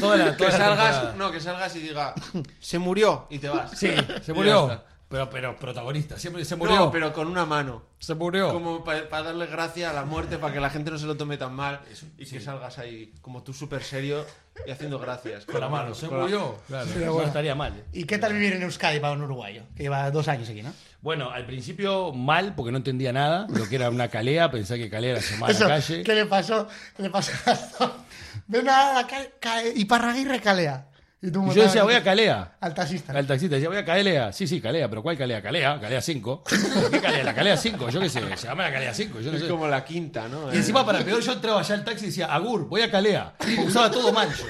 F: Toda la, toda
C: Que
F: la
C: salgas,
F: temporada.
C: no, que salgas y diga, se murió y te vas.
F: Sí, se
C: Y ya
F: murió.
C: está.
F: Pero, pero protagonista, siempre se murió.
C: No, pero con una mano.
F: Se murió.
C: Como para darle gracia a la muerte, para que la gente no se lo tome tan mal y que salgas ahí como tú súper serio y haciendo gracias.
F: Con la mano, se
C: Con la-
F: murió. Claro,
D: pero
F: no
D: bueno.
F: estaría mal. eh.
D: ¿Y qué tal vivir en Euskadi para un uruguayo? Que lleva dos años aquí, ¿no?
F: Bueno, al principio mal, porque no entendía nada. Lo que era una calea, pensé que calea era semana
D: Eso,
F: calle.
D: ¿qué le pasó? ¿Qué le pasó a Gastón? Ven a la calle cae- y Parraguirre calea. Y tú
F: Y yo
D: montabas
F: decía,
D: en-
F: voy a calea.
D: Al taxista.
F: Al taxista decía, voy a Calea. Sí, sí, Calea, pero ¿cuál Calea? Calea, Calea 5. ¿Qué Calea? La Calea 5, yo qué sé, se llama la Calea 5. Yo no
C: Es
F: sé.
C: como la quinta, ¿no?
F: Y encima, para peor, yo entraba ya al taxi y decía, Agur, voy a Calea. Usaba todo mal yo.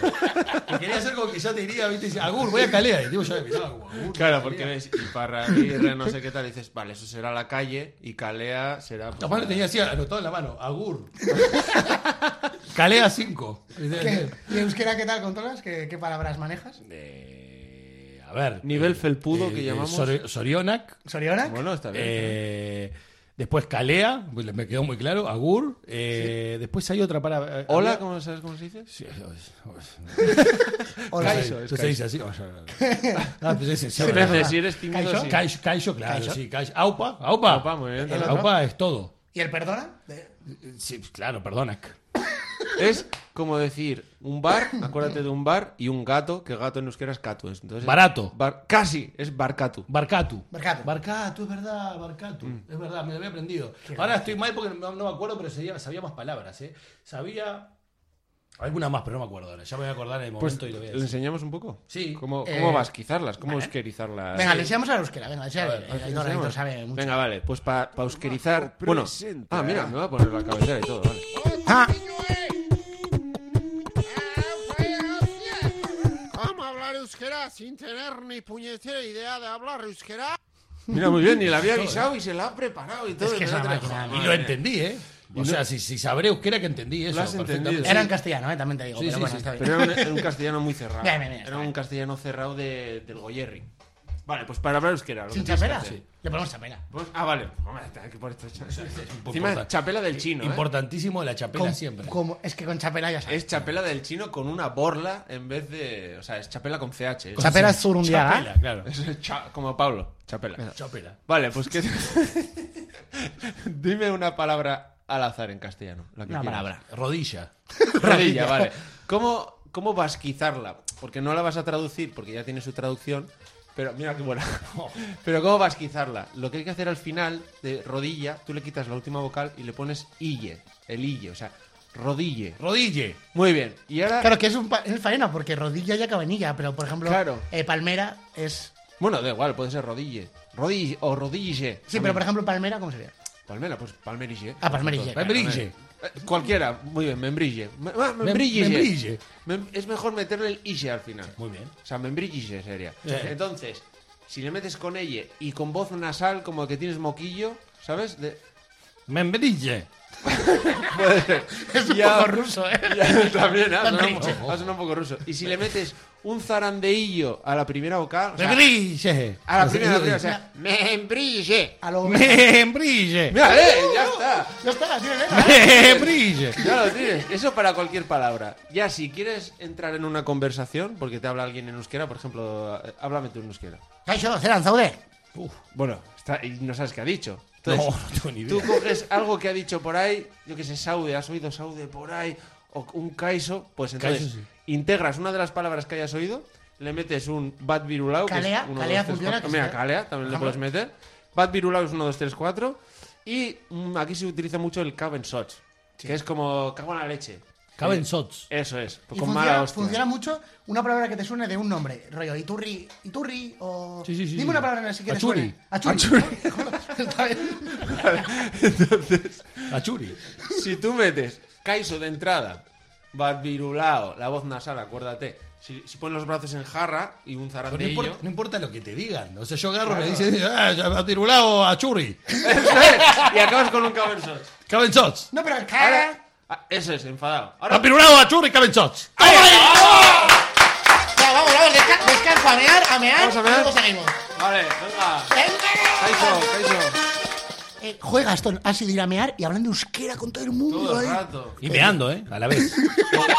F: Y quería hacer como que ya te diría, ¿viste? Y decía, Agur, voy a Calea. Y digo, yo me miraba como, Agur.
C: Claro, porque ves, y para Aguirre, no sé qué tal, y dices, vale, eso será la calle y Calea será. pues,
F: Además lo tenía así anotado en la mano, Agur. Calea 5.
D: ¿Qué? ¿Y euskera qué tal controlas? ¿Qué, qué palabras manejas?
F: Eh, a ver.
C: Nivel
F: eh,
C: felpudo que
F: eh,
C: llamamos.
F: Sor- Sorionac.
D: ¿Soriona?
C: Bueno, está bien.
F: Eh, después Calea, pues me quedó muy claro, Agur. Eh, Después hay otra para... eh,
C: Hola, ¿cómo sabes cómo se dice?
F: Sí, es- es-
D: Hola.
C: Caiso, es
F: Entonces dice así. o sea, ah, pues ese, sí,
C: Sí,
F: ahora.
C: pero si eres tímido,
D: Caiso.
C: sí.
F: Caiso, Caiso, claro,
D: Caiso.
F: sí. Caiso. Aupa, aupa.
C: Aupa, muy bien,
D: también.
F: Aupa es todo.
D: ¿Y el perdona? De-
F: Sí, claro, perdona.
C: Es como decir un bar, acuérdate de un bar y un gato, que gato en euskera es catu. Entonces,
F: Barato.
C: bar- casi, es barcatu.
F: Barcatu.
D: Barkatu.
F: Barcatu, es verdad, Barcatu.
C: Mm.
F: Es verdad, me lo había aprendido. Ahora estoy mal porque no, no me acuerdo, pero sabía, sabía más palabras, ¿eh? Sabía alguna más, pero no me acuerdo ahora. Ya me voy a acordar en el
C: Pues
F: momento y lo voy a
C: le
F: decir.
C: enseñamos un poco.
F: Sí.
C: ¿Cómo,
D: Eh,
C: cómo vasquizarlas? ¿Cómo euskerizarlas?
D: Venga, le enseñamos a la euskera. Venga, le enseñamos.
F: ver,
D: El Aitor, el Aitor sabe mucho.
C: Venga, vale, pues para euskerizar.
A: Bajo
C: Bueno,
A: presenta.
C: ah, mira, me va a poner la cabecera y todo, vale.
D: Ah.
B: Vamos a hablar euskera sin tener ni puñetera idea de hablar euskera.
C: Mira, muy bien, ni la había avisado y se la ha preparado y todo.
D: Es
C: y
D: que es una
C: me la ha
D: máquina,
C: traído.
F: Y lo entendí, ¿eh? O sea, si, si sabré euskera que entendí eso.
C: has
F: perfectamente.
C: entendido.
D: Era en castellano, ¿eh? también te digo.
F: pues Sí,
D: pero
F: sí,
D: bueno,
F: sí.
D: está bien.
C: Pero era un, era un castellano muy cerrado.
D: Bien, bien, bien, está
C: era un
D: bien.
C: castellano cerrado de- del Goyerri. Vale, pues para hablar euskera. lo
D: ¿Sin
C: que tienes que
D: chapela?
C: hacer.
D: Le ponemos chapela.
C: Pues- ah, vale. Hombre, hay que poner esto- Encima,
F: importante.
C: chapela del chino. ¿eh?
F: Importantísimo la chapela
D: Con-
F: siempre.
D: como- es que con chapela ya sabes.
C: Es chapela del chino con una borla en vez de. O sea, es chapela con CH. ¿eh?
D: Chapela es ¿eh? zurundiaga.
F: Chapela, claro.
C: Es cha- como Pablo, chapela.
F: Chapela.
C: Vale, pues que. Dime una palabra al azar en castellano. La que
D: Una
C: quieras.
D: palabra.
F: Rodilla.
C: Rodilla, vale. ¿Cómo, ¿Cómo vasquizarla? Porque no la vas a traducir, porque ya tiene su traducción. Pero mira qué buena.
D: Oh.
C: Pero ¿cómo vasquizarla? Lo que hay que hacer al final de rodilla, tú le quitas la última vocal y le pones ille, el ille, o sea, rodille.
F: Rodille.
C: Muy bien. Y ahora
D: Claro que es, un, pa- es faena, porque rodilla ya cabenilla, pero por ejemplo,
C: Claro.
D: eh, palmera es
C: Bueno, da igual, puede ser rodille. Rodille o rodille.
D: Sí, pero por ejemplo, Palmera, ¿cómo sería?
C: Palmera, pues palmerille.
D: Ah, palmerille, claro.
F: Membrille.
C: Eh, Cualquiera, muy bien, membrille. Me- ah, membrille.
F: membrille.
C: Mem- es mejor meterle el ille al final.
F: Muy bien.
C: O sea, membrille sería.
F: Sí.
C: Entonces, si le metes con ella y con voz nasal, como que tienes moquillo, ¿sabes? De-
F: Membrille.
D: Es un
C: Ya.
D: poco ruso, ¿eh?
C: Ya, También, ha sonado, un
D: Membrille.
C: poco- ha sonado un poco ruso. Y si le metes un zarandeillo a la primera vocal. o sea,
F: Membrille.
C: a la primera, a la primera, o sea, membrille.
D: A lo...
F: Membrille.
C: Mira, eh, ya está.
D: ¡Uh! Ya está, tiene letra.
F: Membrille.
C: Ya lo tienes. Eso para cualquier palabra. Ya, si quieres entrar en una conversación, porque te habla alguien en euskera, por ejemplo, eh, háblame tú en euskera.
D: Kaixo, zelan zaude.
F: Uf,
C: Bueno, está, y no sabes qué ha dicho.
F: no,
C: Entonces,
F: no tengo ni
C: tú
F: idea.
C: coges algo que ha dicho por ahí, yo que sé, Saude, has oído Saude por ahí, o un Kaiso, pues entonces
F: Kaiso, sí.
C: integras una de las palabras que hayas oído, le metes un Bat Virulau. que es
D: Calea,
C: uno,
D: calea
C: dos, tres,
D: funciona,
C: cuatro.
D: que ¿eh?
C: Mira,
D: sea-
C: Calea también le
D: Ejemplo.
C: puedes meter. Bat Virulau es 1, 2, 3, 4. Y mm, aquí se utiliza mucho el Caben Sots, que es como cago en la leche.
F: Caben
C: Eh,
F: sots.
C: Eso es, pues
D: Y
C: con mala
D: funciona,
C: hostia.
D: funciona mucho una palabra que te suene de un nombre. Rollo, Iturri, Iturri o...
F: Sí, sí, sí,
D: Dime
F: sí.
D: una palabra así que te
F: Achuri.
D: suene. Achuri. Está bien.
F: Achuri.
C: Si tú metes Kaiso de entrada, Badvirulao, la voz nasal, acuérdate. Si, si pones los brazos en jarra y un
F: Pero No
C: zarandeillo.
F: importa, no importa lo que te digan. O sea, yo agarro y me dicen, ah, a Tirulao, a Churri.
C: Eso es, y acabas con un cabrón sots.
F: Caben sots.
D: No, pero el
C: Ahora-
D: cara...
C: ah, Eso es, enfadado.
F: A
C: Ahora,
F: Tirulao, a Churri, caben sots.
D: Ya, vamos, vamos, desca- descanso, a mear, a mear.
C: Vamos a mear.
D: y luego seguimos.
C: vale, venga. Kaiso,
D: ¡Venga!
C: Kaiso.
D: Eh, joder, Gastón, has ido a ir a mear y hablando euskera con todo el mundo eh.
C: Todo el
D: ahí.
C: rato.
F: Y meando, ¿eh? A la vez.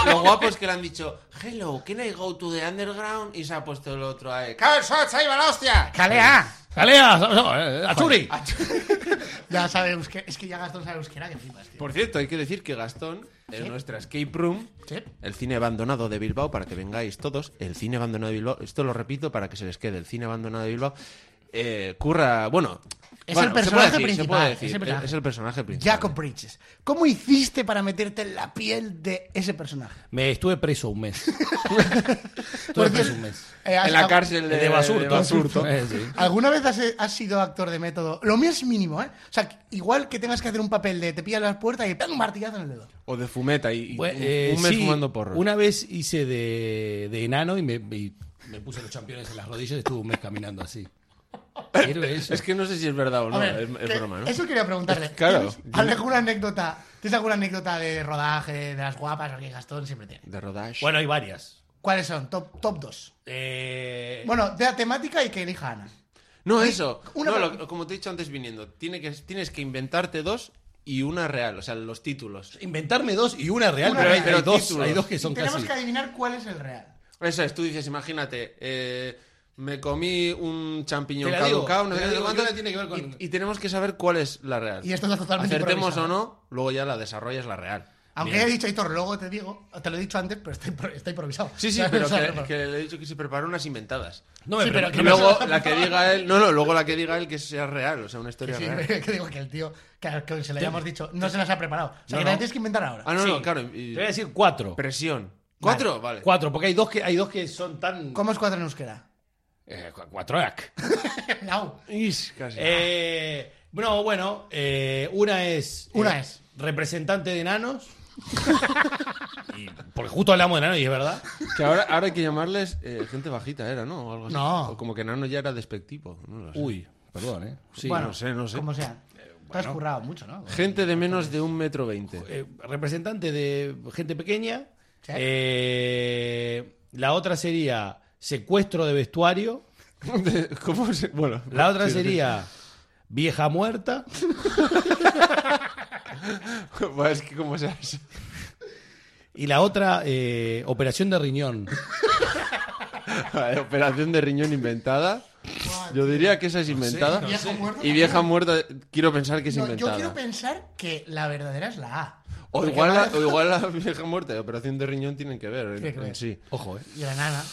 C: Lo, lo guapo es que le han dicho, hello, can I go to the underground? Y se ha puesto el otro ahí. ¡Cabrón sots, ahí va la hostia!
D: ¡Calea!
F: Jalea, no, eh, a Churri.
D: Ya sabe euskera. Es que ya Gastón sabe euskera que flipas, tío.
C: Por cierto, hay que decir que Gastón, en
D: Sí.
C: nuestra escape room,
D: Sí.
C: el cine abandonado de Bilbao, para que vengáis todos, el cine abandonado de Bilbao, esto lo repito para que se les quede, el cine abandonado de Bilbao, eh, curra, bueno...
D: Es
C: bueno,
D: el
C: se puede
D: personaje
C: decir, se
D: principal,
C: puede decir,
D: es el personaje.
C: es el personaje principal.
D: Jacob Bridges, ¿cómo hiciste para meterte en la piel de ese personaje?
F: Me estuve preso un mes. estuve
D: Porque-
F: preso un mes.
D: Eh, has-
C: En la cárcel de,
F: De Basurto.
C: Basurto.
F: Eh, sí.
D: ¿Alguna vez has, has sido actor de método? Lo mío es mínimo, ¿eh? O sea, igual que tengas que hacer un papel de te pillan las puertas y ¡pam! un martillazo en el dedo.
C: O de fumeta y, y
F: Bueno,
C: un-
F: eh,
C: un mes
F: sí,
C: fumando porro.
F: Una vez hice de, de enano y me, y me puse los championes en las rodillas y estuve un mes caminando así. ¿Sirve eso?
C: Es que no sé si es verdad o no,
D: A ver,
C: es, es
D: que-
C: broma, ¿no?
D: Eso quería preguntarle.
C: Claro.
D: ¿Tienes alguna anécdota? ¿Tienes alguna anécdota de rodaje, de, de las guapas? Porque Gastón siempre tiene.
C: De rodaje.
F: Bueno, hay varias.
D: ¿Cuáles son? Top, top dos.
F: Eh,
D: Bueno, de la temática y que elija Ana.
C: No, eso.
D: una
C: No,
D: pre-
C: lo- como te he dicho antes viniendo, tiene que, tienes que inventarte dos y una real, o sea, los títulos.
F: inventarme dos y una real,
D: Una
F: pero hay,
C: real.
F: hay
C: Pero
F: dos,
C: títulos.
F: hay dos que son
D: Y tenemos
F: casi.
D: que adivinar cuál es el real.
C: Eso es, tú dices, imagínate, eh, me comí un champiñón
F: Te la digo,
C: caducado, no
F: te
C: sé
F: la
C: qué,
F: digo,
C: cuántos,
F: que una tiene que ver con-
C: y, y tenemos que saber cuál es la real.
D: Y esto es totalmente
C: Acertemos
D: improvisado.
C: o no, luego ya la desarrollas la real.
D: Aunque
F: Bien.
D: he dicho Hitor, luego te digo, te lo he dicho antes, pero está, impro- está improvisado.
C: Sí, sí,
D: O sea,
C: pero
D: o sea,
C: que,
D: no-
C: que le he dicho que se preparó unas inventadas.
F: No me
D: Sí, pero
F: preguntes.
C: Y
D: no
C: luego
D: se-
C: la que diga él, no, no, luego la que diga él que sea real, o sea, una
D: que
C: historia
D: sí,
C: real.
D: que digo que el tío, que, que se lo hayamos dicho, no se las ha preparado. O sea, que
F: No,
D: te la
F: no.
D: tienes que inventar ahora.
C: Ah, no,
F: Sí.
C: no, claro,
F: Te
C: y-
F: voy a decir cuatro.
C: presión. ¿Cuatro? Vale.
F: Cuatro, porque hay dos que, hay dos que son tan.
D: ¿Cómo es cuatro en euskera?
F: Eh, cu- cuatro ac.
D: Au.
C: Is, casi.
F: Eh, no, bueno, eh, una es.
D: Una
F: eh,
D: es.
F: Representante de enanos. Y- porque justo hablamos de enanos y es verdad.
C: Que ahora, ahora hay que llamarles eh, gente bajita, ¿era, no? O algo así.
D: No.
C: O como que Nano ya era despectivo. No lo sé.
F: Uy, perdón, ¿eh? Sí.
D: bueno,
C: no sé, Eh, no sé.
D: Como sea. Te has currado mucho, ¿no?
C: Gente de menos de un metro veinte.
F: Eh, representante de gente pequeña.
D: Sí.
F: Eh, la otra sería secuestro de vestuario.
C: ¿Cómo se...? Bueno.
F: La otra
C: sí,
F: sería vieja muerta.
C: sí. Buah, pues Es que como sea eso.
F: Y la otra, eh, operación de riñón.
C: Vale, Operación de riñón inventada. Yo diría que esa es inventada.
D: no Viejo sé. muerto
C: y
D: también.
C: vieja muerta, quiero pensar que es
D: No, yo
C: inventada.
D: quiero pensar que la verdadera es la A.
C: o,
D: Porque
C: igual la,
D: vale-
C: o igual la vieja muerta y operación de riñón tienen que ver. en-
D: Tiene que ver.
C: en sí.
F: Ojo, ¿eh?
D: Y la nana.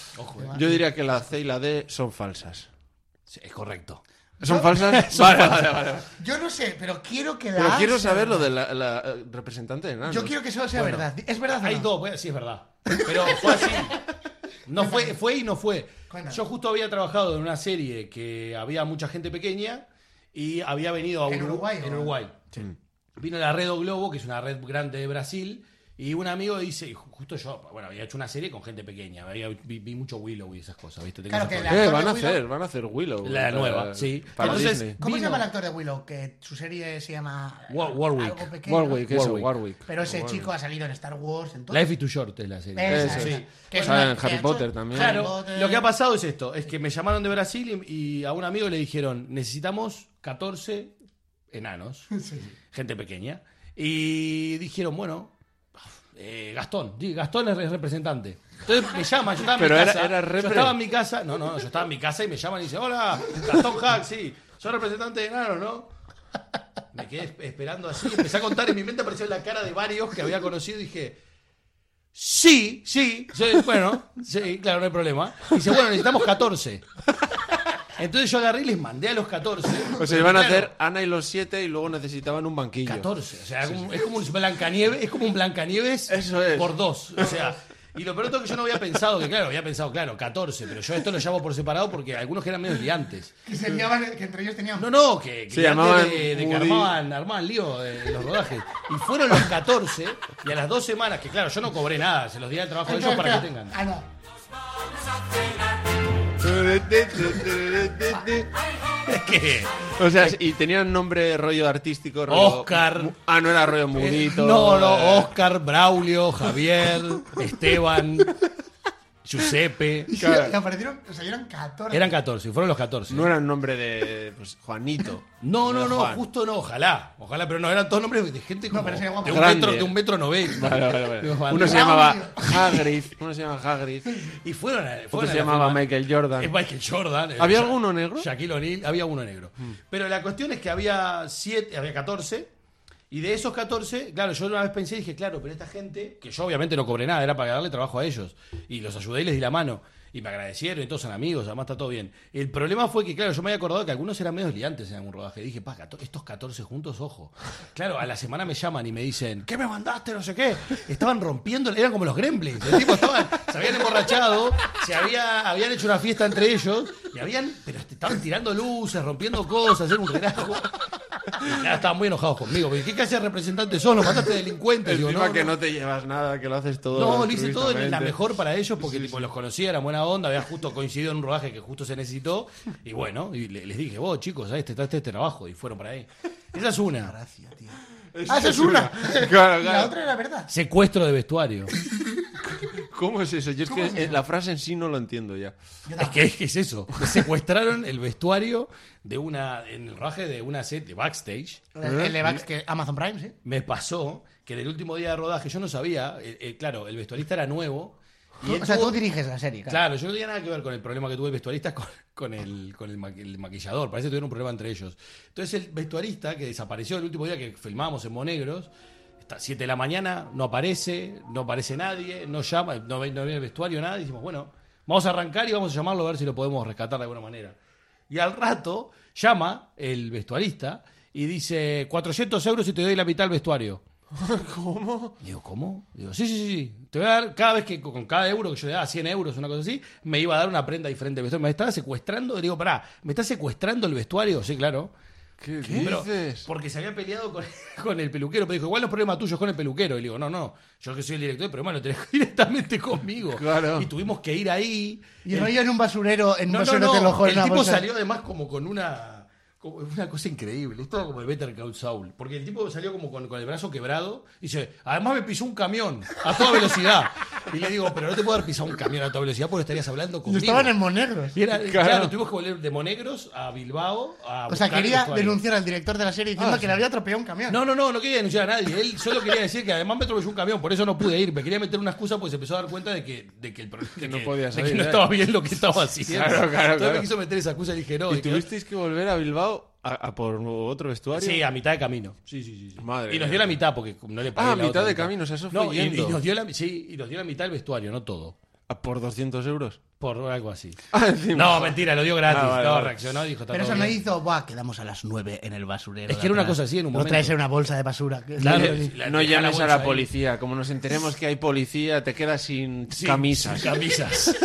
C: Yo diría que la C y la D son falsas.
F: Sí, es correcto.
C: ¿Son falsas? vale, vale, vale. vale.
D: Yo no sé, pero quiero que la
C: Pero
D: A
C: quiero
D: sea
C: saber lo
D: verdad.
C: de la, la, eh, representante de enanos.
D: Yo quiero que eso sea
F: Bueno.
D: verdad. ¿Es verdad o
F: Hay
D: no?
F: dos, pues, sí, es verdad. Pero fue así. No fue, fue y no fue.
D: Cuéntanos.
F: Yo justo había trabajado en una serie que había mucha gente pequeña y había venido a
D: ¿En
F: Uru-
D: Uruguay o-
F: En Uruguay. Vino la red O Globo, que es una red grande de Brasil, y un amigo dice, y ju- justo yo, bueno, había hecho una serie con gente pequeña, había, vi, vi mucho Willow y esas cosas, ¿viste? Tengo
D: Claro
F: esas
D: que
F: cosas.
D: actor
C: Eh,
D: de
C: van a
D: Willow-
C: hacer, van a hacer Willow. eh,
F: La nueva, sí.
C: Para
F: Entonces,
C: Disney.
D: ¿Cómo se
F: Vino-
D: llama el actor de Willow? Que su serie se llama.
F: Wa- Warwick.
D: algo pequeño,
C: Warwick, eso,
F: Warwick.
C: Warwick.
D: Pero ese chico ha salido en Star Wars, en todo.
F: Life is too short es la serie.
D: Esa,
C: Esa,
D: esa.
C: sí.
D: Que es
C: Sale
D: una-
C: en Harry
D: que ha
C: Potter
D: hecho-
C: también.
D: Harry
F: Claro,
D: Potter.
F: lo que ha pasado es esto, es que me llamaron de Brasil y, y a un amigo le dijeron, necesitamos 14 enanos, gente pequeña, y dijeron, bueno, eh, Gastón, di, Gastón es re- representante. Entonces me llaman, yo estaba en
C: Pero
F: mi
C: era-
F: casa,
C: era repre.
F: yo estaba en mi casa, no, no, yo estaba en mi casa y me llaman y dicen, hola, Gastón Hack, sí, soy representante de enanos, ¿no? Me quedé esp- esperando así, empecé a contar, en mi mente apareció la cara de varios que había conocido y dije, sí, sí, sí, bueno, sí, claro, no hay problema. Y dice, bueno, necesitamos 14. Entonces yo agarré y les mandé a los 14.
C: O sea,
F: Pero
C: Pues iban a
F: claro,
C: hacer Ana y los siete y luego necesitaban un banquillo.
F: 14, o sea, como- es como un Blancanieves, es como un Blancanieves
C: Eso es.
F: por dos, o sea, y lo peor de todo es que yo no había pensado, que claro, había pensado, claro, 14, pero yo esto lo llamo por separado porque algunos que eran menos liantes.
D: Que, se llamaban- que entre ellos tenían.
F: No, no, que, que
C: Se
F: antes
C: llamaban
F: de, de que
C: Woody.
F: armaban, armaban lío de los rodajes. Y fueron los 14 y a las dos semanas, que claro, yo no cobré nada, se los di al trabajo de ellos
D: Entonces,
F: para que
D: espera.
F: tengan.
D: Ah, no.
F: ¿Qué?
C: O sea, y tenían nombre rollo artístico. rollo-
F: Oscar. Eh,
C: Ah, no era rollo mudito.
F: No, no,
C: eh,
F: Oscar, Braulio, Javier, Esteban, Giuseppe.
D: Y
C: Claro.
D: aparecieron, salieron 14.
F: Eran 14, y fueron los 14.
C: No era el nombre de pues, Juanito.
F: No, no,
C: Era
F: no,
C: Juan.
F: justo no, ojalá. Ojalá, pero no, eran todos nombres de gente como
D: pero sería guapo.
F: de, un
C: Grande.
F: metro, de un metro noventa.
C: Vale, vale, vale.
F: Digo, vale.
C: Uno se
D: Ah,
C: llamaba
D: Dios.
C: Hagrid. Uno se llamaba Hagrid.
F: Y fueron a, fueron
C: Otro
F: a
C: se
F: la
C: llamaba
F: firma.
C: Michael Jordan.
F: Es Michael Jordan. eh,
C: ¿Había
F: Sha-
C: alguno negro? Mm.
F: Shaquille O'Neal, había uno negro. Pero la cuestión es que había siete, había 14. Y de esos 14, claro, yo una vez pensé y dije, claro, pero esta gente, que yo obviamente no cobré nada, era para darle trabajo a ellos. Y los ayudé y les di la mano. Y me agradecieron y todos son amigos, además está todo bien. El problema fue que, claro, yo me había acordado que algunos eran medios liantes en algún rodaje. Dije, pa, 14 estos 14 juntos, ojo. Claro, a la semana me llaman y me dicen, ¿qué me mandaste? No sé qué. Estaban rompiendo, eran como los gremlins. El tipo estaban, se habían emborrachado, se había, habían hecho una fiesta entre ellos, y habían, pero estaban tirando luces, rompiendo cosas, era un relajo. Y claro, estaban muy enojados conmigo. porque, ¿Qué clase de representantes son? Los mataste delincuentes. Digo,
C: Encima
F: no,
C: que
F: no.
C: no te llevas nada, que lo haces todo.
F: No, lo hice todo en la
C: altruistamente.
F: mejor para ellos porque tipo, los conocía, eran buena onda, había justo coincidido en un rodaje que justo se necesitó. Y bueno, y le- les dije, vos chicos, ¿sabes? Este, este, este trabajo. Y fueron para ahí. Esa es una.
D: Gracias, tío. Ah, esa es una.
C: Claro,
D: La
C: claro.
D: otra era verdad.
F: Secuestro de vestuario.
C: ¿Cómo es eso? Yo es que
D: es
C: eh, la frase en sí no lo entiendo ya.
F: Es que ¿eh? es, que es eso. Me secuestraron el vestuario de una. En el rodaje de una set de backstage.
D: El, el de Vax, que Amazon Prime, sí.
F: Me pasó que en el último día de rodaje yo no sabía. eh, eh, claro, el vestuarista era nuevo. Y él
D: o sea,
F: tuvo-
D: tú diriges la serie, claro.
F: Claro, yo no tenía nada que ver con el problema que tuvo el vestuarista con, con el, con el ma- el maquillador. Parece que tuvieron un problema entre ellos. Entonces el vestuarista que desapareció el último día que filmamos en Monegros, está 7 de la mañana, no aparece, no aparece nadie, no llama, no, ve- no viene el vestuario, nada. Y dijimos, bueno, vamos a arrancar y vamos a llamarlo a ver si lo podemos rescatar de alguna manera. Y al rato llama el vestuarista y dice, 400 euros y te doy la mitad del vestuario. Digo, ¿cómo? Digo, sí, sí, sí, sí. Te voy a dar, cada vez que con cada euro que yo le daba 100 euros, una cosa así, me iba a dar una prenda diferente de vestuario. Me estaba secuestrando, le digo, pará, ¿me está secuestrando el vestuario? Sí, claro.
C: ¿Qué,
F: Pero-
C: dices?
F: porque se había peleado con, con el peluquero. Me dijo, igual los problemas tuyos con el peluquero. Y le digo, no, no, yo que soy el director, pero bueno, tenés que ir directamente conmigo.
C: Claro.
F: Y tuvimos que ir ahí.
D: Y
F: El-
D: rollo en un basurero, en un
F: no, no,
D: basurero te lo
F: no.
D: joden
F: El
D: una
F: tipo
D: bolsa.
F: salió además como con una como una cosa increíble, esto como el Better Call Saul, porque el tipo salió como con, con el brazo quebrado y dice, además me pisó un camión a toda velocidad. Y le digo, pero no te puedo haber pisado un camión a toda velocidad porque estarías hablando
D: Y
F: conmigo.
D: estaban en Monegros.
F: Y era- claro.
C: Claro.
F: tuvimos que volver de Monegros a Bilbao a
D: O sea,
F: buscar
D: quería
F: vestuario.
D: denunciar al director de la serie diciendo que le había atropellado un camión.
F: No, no, no, no quería denunciar a nadie. Él solo quería decir que además me atropelló un camión, por eso no pude ir. Me quería meter una excusa porque se empezó a dar cuenta de que, de que el pro- de
C: no
F: que-
C: podía
F: de que
C: salir,
F: no
C: ¿eh?
F: estaba bien lo que estaba haciendo.
C: Claro, claro,
F: Entonces me
C: claro.
F: quiso meter esa excusa y dije, no,
C: ¿Y
F: dije,
C: tuvisteis que volver a Bilbao a, a por otro vestuario?
F: Sí, a mitad de camino. Sí, sí, sí. sí.
C: Madre
F: y nos
C: mía.
F: dio la mitad porque no le pagué
C: Ah,
F: la
C: mitad
F: otra
C: de camino, o sea, eso fue
F: No, y,
C: yendo.
F: y nos dio la, sí, y nos dio la mitad del vestuario, no todo.
C: ¿A por 200 euros?
F: Por algo así.
C: Ah, encima.
F: No, mentira, lo dio gratis.
C: Ah, vale,
F: no,
C: vale.
F: reaccionó y dijo, está
D: Pero
F: todo
D: eso no
F: bien.
D: hizo, buah, quedamos a las 9 en el basurero.
F: Es que
D: de
F: era una
D: atrás.
F: cosa así en un
D: Lo
F: momento.
D: traes en una bolsa de basura. que-
F: Claro,
D: Sí.
F: la-
C: no
F: deja
C: llames a
F: bolsa
C: la
F: ahí.
C: policía. Como nos enteremos que hay policía, te quedas sin camisas.
F: Camisas.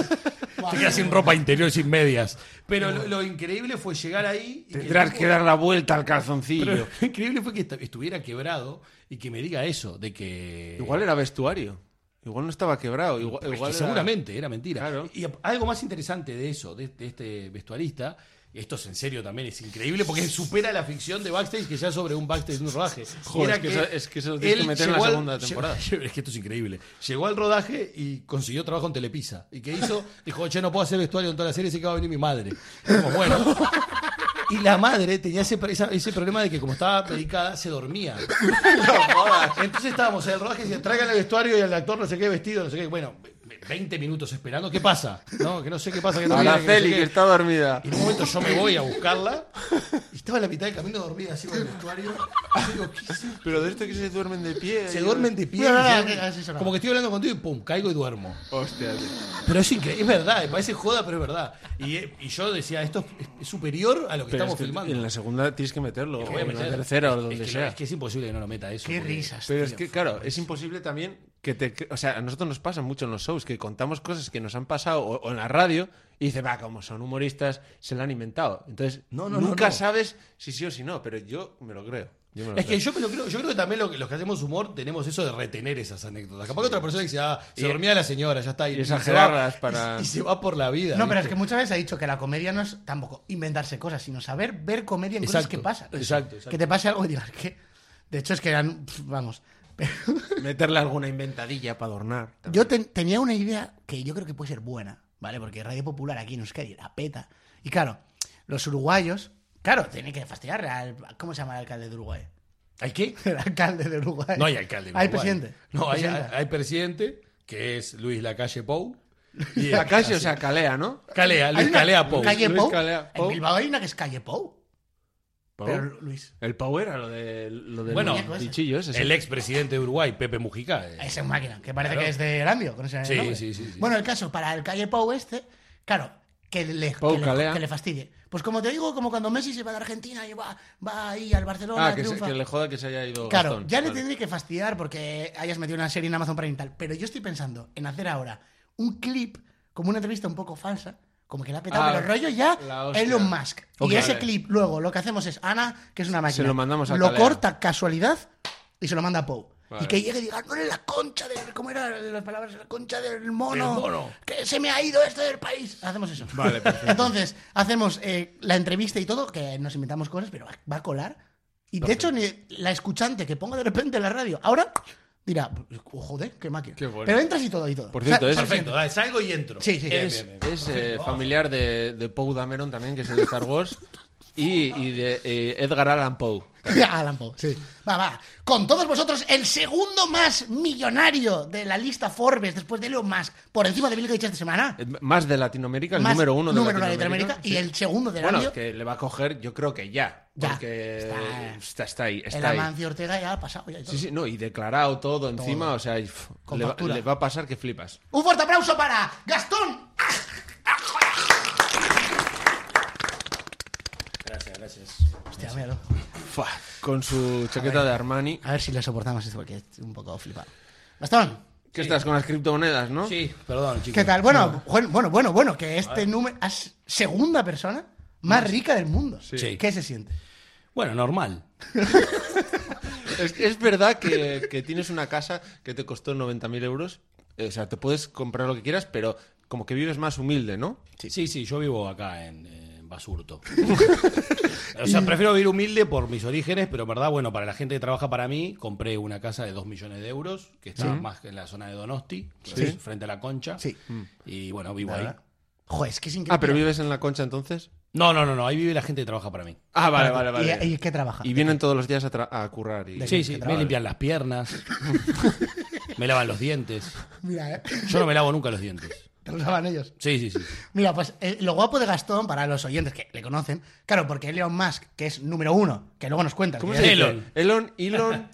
F: Te quedas sin ropa interior y sin medias. Pero lo, lo increíble fue llegar ahí. y que el
C: Tendrás
F: tipo-
C: que dar la vuelta al calzoncillo.
F: Pero lo increíble fue que est- estuviera quebrado y que me diga eso, de que.
C: Igual era vestuario. Igual no estaba quebrado. Igual,
F: Es que
C: igual era-
F: Pues seguramente era mentira.
C: Claro.
F: Y a- algo más interesante de eso, de, de este vestuarista, y esto es en serio también, es increíble porque supera la ficción de backstage que sea sobre un backstage de un rodaje.
C: Joder, es que eso- es que eso lo tienes que
F: él
C: meter en la
F: llegó al-
C: segunda temporada.
F: Es que esto es increíble. Llegó al rodaje y consiguió trabajo en Telepisa. ¿Y qué hizo? Dijo, che, no puedo hacer vestuario en toda la serie, sé que va a venir mi madre. Como, bueno. Y la madre tenía ese, esa- ese problema de que como estaba predicada, se dormía. Entonces estábamos en el rodaje y decían, traigan el vestuario y al actor no sé qué vestido, no sé qué. Bueno, ve- 20 minutos esperando. ¿Qué pasa? No, que no sé qué pasa. Que no viene, que no sé
C: Araceli,
F: qué.
C: que está dormida.
F: Y en un momento yo me voy a buscarla y estaba en la mitad del camino dormida así con el vestuario. Y digo, ¿qué es esto?
C: Pero de esto que se duermen de pie.
F: Se duermen de pie.
D: No, no, no,
F: se
D: que-
F: duermen-
D: así sonaba.
F: como que estoy hablando contigo y pum, caigo y duermo.
C: Hostia.
F: Pero es increíble, es verdad, me parece joda, pero es verdad. Y, eh, y yo decía, esto es- es superior a lo que
C: Pero
F: estamos
C: es que
F: filmando.
C: en la segunda tienes que meterlo.
F: Lo
C: o
F: voy a
C: en la
F: meter.
C: tercera o
F: Es-
C: donde
F: es que no-
C: sea.
F: es que es imposible que no lo meta eso.
D: Qué
F: porque-
D: risas.
C: Pero
D: tío.
C: es que, claro, es imposible también que te. O sea, a nosotros nos pasa mucho en los shows que contamos cosas que nos han pasado o, o en la radio y dices, va, como son humoristas, se la han inventado. Entonces,
F: No, no, no,
C: nunca
F: no.
C: sabes si sí o si no, pero yo me lo creo. Yo me lo
F: Es que
C: creo.
F: yo me lo creo, yo creo que también lo que- los que hacemos humor tenemos eso de retener esas anécdotas. Capaz que otra persona que se, ah, se
C: Y-
F: dormía la señora, ya está.
C: y
F: se
C: exagerarlas
F: va-
C: para-
F: Y, se va por la vida.
D: No, pero es
F: ¿viste?
D: que muchas veces ha dicho que la comedia no es tampoco inventarse cosas, sino saber ver comedia en cosas
F: Exacto,
D: que pasan.
F: exacto, exacto.
D: Que te pase algo y digas que. De hecho, es que eran. pf, Vamos.
C: meterle alguna inventadilla para adornar. también.
D: Yo ten- tenía una idea que yo creo que puede ser buena, ¿vale? Porque Radio Popular aquí en Euskadi la peta. Y claro, los uruguayos, claro, tienen que fastidiar al. ¿Cómo se llama el alcalde de Uruguay?
F: ¿Hay qué?
D: El alcalde de Uruguay.
F: No hay alcalde. en
D: Hay
F: Uruguay.
D: presidente.
F: No, hay, hay,
D: Presidenta.
F: hay presidente, que es Luis Lacalle Pou. Y
C: La calle, o sea, calea, ¿no?
F: Calea,
D: Hay
F: Luis
D: una-
F: Calea Pou.
D: Calle
C: Luis
D: Pou.
C: Calea
D: En
C: Pou.
D: Bilbao hay una que es Calle Pou.
C: Pau.
D: Pero Luis.
C: El Pau era lo de lo del
F: Bueno,
C: muñeco ese. bichillo ese. sí.
F: El expresidente de Uruguay, Pepe Mujica. eh.
D: Esa máquina, que parece
F: Claro.
D: que es de Erandio. Con ese
F: Sí,
D: nombre.
F: sí, sí, sí.
D: Bueno, el caso, para el calle Pau este, claro, que le,
C: Pau
D: que le-
C: Calea.
D: que le fastidie. Pues como te digo, como cuando Messi se va de Argentina y va, va ahí al Barcelona,
C: ah, que, se-
D: triunfa.
C: que le joda que se haya ido.
D: Claro,
C: Gastón.
D: ya le
C: Vale.
D: tendré que fastidiar porque hayas metido una serie en Amazon Prime y tal. Pero yo estoy pensando en hacer ahora un clip, como una entrevista un poco falsa, como que la ha petado,
C: Ah,
D: pero rollo ya
C: la hostia.
D: Elon Musk.
C: Ok.
D: y ese
C: Vale.
D: clip, luego lo que hacemos es Ana, que es una máquina.
C: lo mandamos a
D: Lo
C: Calea.
D: corta casualidad y se lo manda a Poe.
C: Vale.
D: Y que llegue y diga, no es la concha del. ¿Cómo eran las palabras? La concha del mono.
F: Del mono.
D: Que se me ha ido esto del país. Hacemos eso.
C: Vale, perfecto.
D: Entonces, hacemos eh, la entrevista y todo, que nos inventamos cosas, pero va, va a colar. Y de hecho, ni la escuchante que ponga de repente en la radio, ahora dirá, "Oh, joder, qué máquina.
C: Qué bueno.
D: Pero entras y todo y todo.
C: Por cierto, es-
F: Perfecto, dale, salgo y entro.
D: Sí, sí.
F: Bien,
C: Es,
F: bien, bien.
C: es, eh, familiar de, de Poe Dameron también, que es el de Star Wars. y, y de eh, Edgar Allan Poe.
D: Alan Poe, sí. Va, va. Con todos vosotros, el segundo más millonario de la lista Forbes después de Elon Musk, por encima de Bill Gates esta semana.
C: Eh, Más de Latinoamérica, el
D: Más
C: número uno de
D: número uno de
C: Latinoamérica.
D: Latinoamérica y el segundo de
C: Bueno,
D: radio.
C: que le va a coger, yo creo que ya.
D: Ya,
C: Porque
D: está.
C: está, está ahí.
D: El
C: Está ahí.
D: Amancio Ortega ya ha pasado. ya y todo.
C: Sí, sí, no, y declarado todo encima, o sea, y, pff,
D: Con
C: le, va,
D: factura.
C: le va a pasar que flipas.
D: Un fuerte aplauso para Gastón.
F: Gracias, gracias.
D: Hostia, míralo.
C: Fua, con su chaqueta de Armani.
D: A ver si le soportamos esto porque es un poco flipado. Gastón.
C: ¿Qué estás con las criptomonedas, no?
F: Sí, perdón, chicos.
D: ¿Qué tal? Bueno, bueno, bueno, bueno, bueno, que este número es segunda persona más rica del mundo.
F: Sí.
D: ¿Qué se siente?
F: Bueno, normal.
C: Es, es verdad que, que tienes una casa que te costó 90.000 euros. eh, O sea, te puedes comprar lo que quieras, pero como que vives más humilde, ¿no?
F: Sí. sí, yo vivo acá en, en Basurto. o sea, prefiero vivir humilde por mis orígenes, pero en verdad, bueno, para la gente que trabaja para mí, compré una casa de 2 millones de euros, que está más en la zona de Donosti, frente a la concha.
D: Sí.
F: Y bueno, vivo ahí.
D: Joder, es que es increíble.
C: Ah, pero vives en la concha entonces.
F: No, no, no, no, ahí vive la gente que trabaja para mí.
C: Ah, vale, vale,
D: ¿Y-
C: vale.
D: ¿Y,
C: Y,
D: qué trabaja?
C: vienen todos los días a, tra- a currar. Y...
F: Sí,
D: que
F: sí, me
D: trabaja.
F: limpian las piernas, me lavan los dientes.
D: Mira, eh,
F: Yo no me lavo nunca los dientes.
D: te lo saben ellos.
F: Sí, sí, sí.
D: Mira, pues eh, lo guapo de Gastón, para los oyentes que le conocen, claro, porque Elon Musk, que es número uno, que luego nos cuentas.
C: ¿Cómo
D: que
C: se dice?
D: es-
F: Elon.
C: Elon, Elon.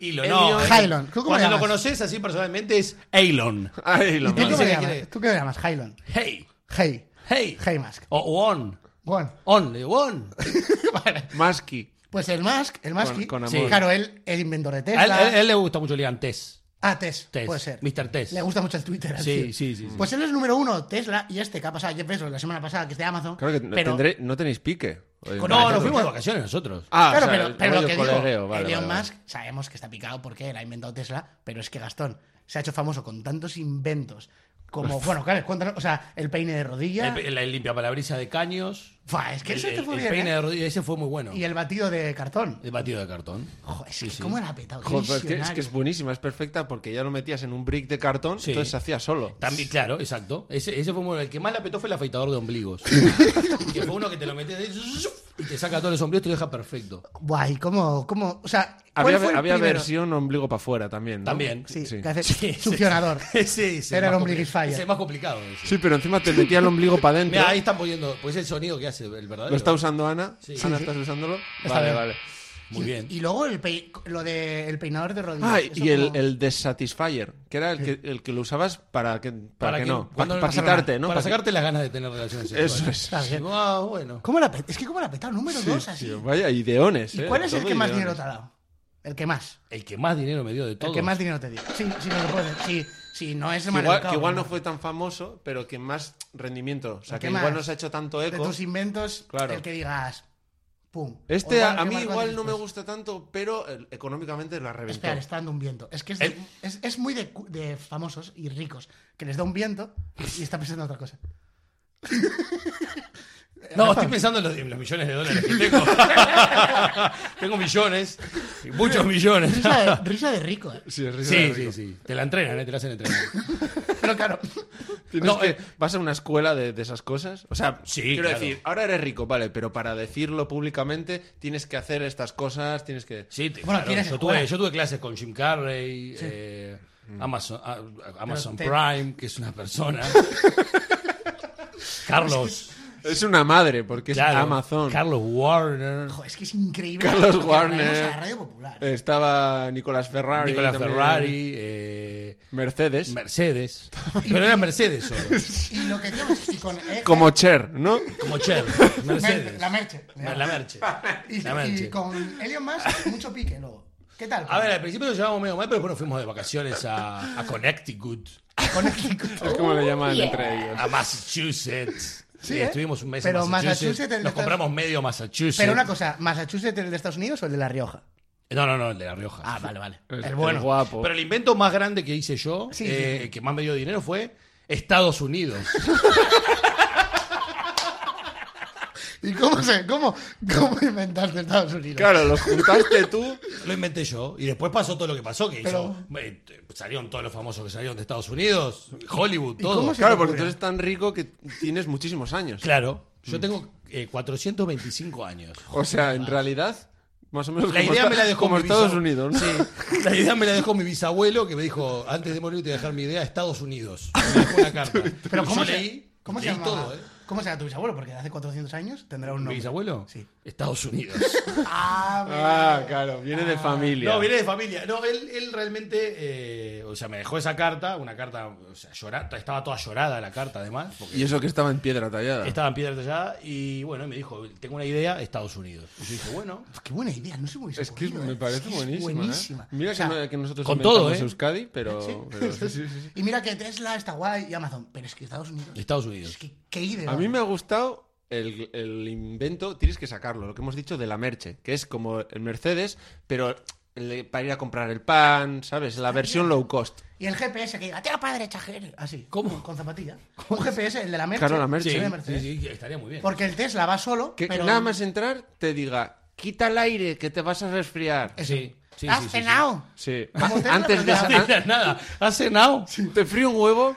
F: Elon,
C: Elon.
F: no.
D: Hylon. ¿Cómo
F: Cuando
D: llamas?
F: lo conoces así personalmente es Elon.
C: Ah, Elon
D: ¿Y tú
C: Musk.
D: cómo
F: sé
D: le
F: qué
D: llamas?
F: quiere.
D: ¿Tú qué le llamas? Hylon.
F: Hey,
D: Hey.
F: hey.
D: Hey Musk.
F: O on.
D: Bueno.
F: On, le digo, on.
D: vale.
C: Masky.
D: Pues el Musk, el Musk,
C: Con- con
D: sí,
C: amor. Ah,
D: claro, él, el inventor de
F: A él,
D: Tesla.
F: a él- a él le gusta mucho el gigantés.
D: Ah, Tess,
F: Tess,
D: puede ser.
F: Mr. Tess.
D: Le gusta mucho el Twitter. al
F: Sí,
D: tío.
F: sí, sí, sí.
D: Pues él es número uno, Tesla, y este que ha pasado Jeff Bezos la semana pasada, que es de Amazon.
C: Claro que no
D: pero,
C: tendré- no tenéis pique. Oye,
D: Con-
F: No,
D: Ah,
F: nos
D: claro.
F: fuimos de vacaciones nosotros.
C: Ah,
D: claro,
C: o sea,
D: pero,
C: el
D: pero lo
C: rollo
D: que digo,
C: colereo, vale,
D: Elon
C: vale, vale.
D: Musk sabemos que está picado porque él ha inventado Tesla, pero es que Gastón se ha hecho famoso con tantos inventos como, bueno, claro, cuéntanos, o sea, el peine de rodilla.
F: El, el, limpia palabrisa de caños.
D: Fua, es que
F: el,
D: ese te
F: el-
D: fue
F: el
D: bien,
F: peine
D: ¿eh?
F: de rodilla, ese fue muy bueno.
D: Y el batido de cartón.
F: El batido de cartón.
D: Joder, sí,
F: sí.
D: ¿cómo la ha petado? Qué
C: Joder, es, que, es que
D: visionario.
C: es buenísima, es perfecta porque ya lo metías en un brick de cartón,
F: Sí.
C: entonces se hacía solo.
F: También, claro, exacto. Ese, ese fue muy bueno. El que más la petó fue el afeitador de ombligos. que fue uno que te lo metes ahí y te saca todos los ombligos y te lo deja perfecto.
D: Guay, ¿cómo, cómo? O sea, ¿cuál
C: Había,
D: fue el
C: había
D: primero?
C: versión ombligo para afuera también. ¿no?
F: También.
D: Sí,
C: sí.
D: que hace
F: Sí, sí.
D: succionador.
F: Ese, ese
D: Era
F: es más
D: el ombliguis
F: compli-
D: falla.
F: Ese es más complicado. ese.
C: Sí, pero encima te metía el ombligo para adentro.
F: Mira, ahí están poniendo. Pues el sonido que hace el verdadero.
C: ¿Lo está usando Ana?
F: Sí.
C: ¿Ana,
F: Sí,
C: estás usándolo?
D: Está
C: vale,
D: bien.
C: vale.
F: Muy bien.
D: Y luego el pei- lo del peinador de rodillas.
C: Ah,
D: Eso
C: y el,
D: como-
C: el Dissatisfier, que era el que, el que lo usabas para que, para que, no,
F: cuando-
C: para, para quitarte, ¿no?
F: Para
C: que-
F: sacarte las ganas de tener relaciones sexuales.
C: Eso es.
D: Está bien.
F: Ah, bueno.
D: ¿Cómo la pe- Es que cómo la ha petado, número dos así.
C: Tío, vaya ideones.
D: ¿Y
C: eh,
D: cuál es el
C: todo
D: que más
C: ideones.
D: dinero te ha dado? El que más.
F: El que más dinero me dio de todo.
D: El que más dinero te dio. Sí, sí, no lo puedes. Sí, sí, no es
C: Que igual,
D: maleducado,
C: que igual no
D: ¿no?
C: fue tan famoso, pero que más rendimiento. O sea,
D: El
C: que
D: que
C: igual
D: más.
C: no se ha hecho tanto
D: De
C: eco.
D: tus inventos,
C: Claro.
D: el que digas. Pum. O
C: Este
D: igual,
C: a, a
D: que
C: mí
D: marcó
C: igual no me
D: después.
C: gusta tanto, pero eh, económicamente la reventó.
D: Espera, le está dando un viento. Es que es, de-
F: El-
D: es, es muy de, cu- de famosos y ricos, que les da un viento y está pensando en otra cosa.
F: No, Ah, estoy pensando en los, en los millones de dólares que tengo. tengo millones, y muchos millones.
D: Risa de, risa de rico, ¿eh?
C: Sí, es risa de
F: Sí, sí,
C: rico.
F: sí. Te la entrenan, ¿eh? te la hacen entrenar.
D: Pero claro,
C: Tienes
F: No,
C: que-
F: eh,
C: ¿Vas a una escuela de, de esas cosas? O sea,
F: Sí,
C: quiero
F: claro.
C: decir, ahora eres rico, vale, pero para decirlo públicamente tienes que hacer estas cosas, tienes que...
F: Sí, te-
D: Bueno, tienes
F: yo,
D: escuela.
F: tuve, yo tuve clases con Jim Carrey, eh, Amazon, a- Amazon
D: Pero te-
F: Prime, que es una persona. Carlos.
C: Es una madre, porque
F: claro,
C: es Amazon.
F: Carlos Warner.
D: jo, es que es increíble.
C: Carlos
D: Lo que
C: Warner. eh.
D: traemos a la radio popular.
C: Estaba Nicolás Ferrari.
F: Nicolás
C: también.
F: Ferrari. eh,
C: Mercedes.
F: Mercedes. Pero era Mercedes solo.
D: Y lo que hacemos y con eh,
C: como Cher, ¿no?
F: Como Cher.
D: Merche,
F: Mercedes.
D: la merche.
F: Mer- la Merche.
D: Y,
F: La Merche.
D: y con Elon Musk, mucho pique luego. ¿Qué tal?
F: A ver, al principio lo llevamos medio mal, pero bueno, fuimos de vacaciones a, a Connecticut,
D: con el-
C: Es como le llaman entre ellos.
F: a Massachusetts.
D: Sí,
F: Y
D: ¿eh?
F: Estuvimos un mes
D: Pero
F: en Massachusetts.
D: Massachusetts en
F: Nos
D: Estados-
F: compramos medio Massachusetts.
D: Pero una cosa, ¿Massachusetts el de Estados Unidos o el de La Rioja?
F: No, no, no, el de La Rioja.
D: Ah, vale, vale.
C: El,
D: El bueno.
C: guapo.
F: Pero el invento más grande que hice yo,
D: Sí,
F: eh,
D: sí.
F: que más me dio dinero, fue Estados Unidos.
D: ¿Y cómo, se, cómo, cómo inventaste Estados Unidos?
C: Claro, lo juntaste tú.
F: lo inventé yo. Y después pasó todo lo que pasó, que
D: Pero-
F: hizo- eh, t- salieron todos los famosos que salieron de Estados Unidos, Hollywood,
D: ¿Y
F: todo.
D: cómo se-
C: Claro, porque tú eres tan rico que tienes muchísimos años.
F: Claro.
D: Mm.
F: Yo tengo eh, 425 años.
C: O sea, en realidad, más o menos
F: La
C: como,
F: idea
C: esta-
F: me la dejó
C: como
F: mi
C: Estados
F: bisab-
C: Unidos, ¿no?
F: Sí, la idea me la dejó mi bisabuelo que me dijo, antes de morir te voy a dejar mi idea a Estados Unidos. Me dejó una carta.
D: Pero
F: Y
D: ¿cómo
F: yo
D: se,
F: leí,
D: ¿cómo se
F: leí
D: llama?
F: todo, ¿eh?
D: ¿Cómo se llama tu bisabuelo? Porque de hace 400 años tendrá un
F: ¿Mi
D: nombre.
F: bisabuelo?
D: Sí.
F: Estados Unidos.
D: Ah,
C: Ah, claro, viene de familia.
F: No, viene de familia. No, él, él realmente, eh, o sea, me dejó esa carta, una carta, o sea, llora- estaba toda llorada la carta además, porque
C: Y eso que estaba en piedra tallada.
F: estaba en piedra tallada y bueno, y me dijo, tengo una idea, Estados Unidos. Y yo dije, bueno,
D: pues qué buena idea, no sé cómo
C: Es que es- me parece buenísimo. ¿eh?
D: buenísima.
C: Mira
D: O sea,
C: que, no- que nosotros
F: con
C: inventamos
F: todo, ¿eh?
C: Euskadi, pero. pero sí, sí, sí.
D: Y mira que Tesla está guay y Amazon, pero es que Estados Unidos.
F: Estados
D: Es
F: Unidos.
D: que qué idea.
C: A mí me ha gustado el, el invento, tienes que sacarlo, lo que hemos dicho de la merche, que es como el Mercedes, pero le- para ir a comprar el pan, ¿sabes? La versión low cost.
D: Y el GPS que diga, tira para derecha, Ger. Así.
F: ¿Cómo?
D: Con zapatilla. Un GPS, el de la Merche.
C: Claro, la Merche.
D: Sí,
F: Sí,
D: de Mercedes.
F: sí, sí, estaría muy bien.
D: Porque el Tesla va solo,
C: Que
D: pero...
C: nada más entrar te diga, quita el aire, que te vas a resfriar.
D: Eso.
F: Sí, sí,
D: ¿Has
F: sí, sí, sí.
D: cenado?
C: Sí.
D: Como te-
C: Antes de,
D: No
F: No
C: sa-
F: digas nada, ¿has cenado?
C: te frío un huevo,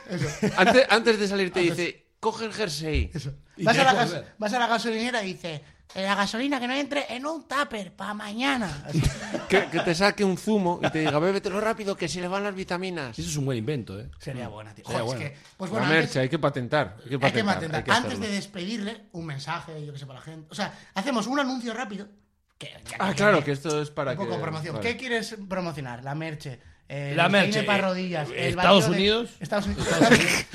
C: antes, antes de salir te dice, coge el jersey.
F: Y
D: Vas,
F: te
D: a la
F: dejo
D: gas-
F: volver.
D: vas a la gasolinera y dices, la gasolina que no entre en un tupper para mañana. Así.
C: Que, que te saque un zumo y te diga, bébetelo rápido, que se le van las vitaminas.
F: Eso es un buen invento, ¿eh?
D: Sería buena, tío.
F: Sería
D: Joder, es
F: buena.
D: que- pues
C: La
D: bueno,
C: merche,
D: antes,
C: hay que patentar. Hay que
D: hay que
C: patentar,
D: mantener-
C: hay que
D: antes
C: hacerlo.
D: de despedirle, un mensaje, yo que sé, para la gente. O sea, hacemos un anuncio rápido. que- ya
C: Ah,
D: que-
C: claro, que esto es para
D: Un poco
C: que...
D: promoción.
C: vale.
D: ¿Qué quieres promocionar? La merche. eh,
F: La
D: el
F: merche,
D: peine para
F: eh,
D: rodillas.
F: eh,
D: el
F: ¿Estados
D: batido de-
F: Unidos?
D: Estados Unidos.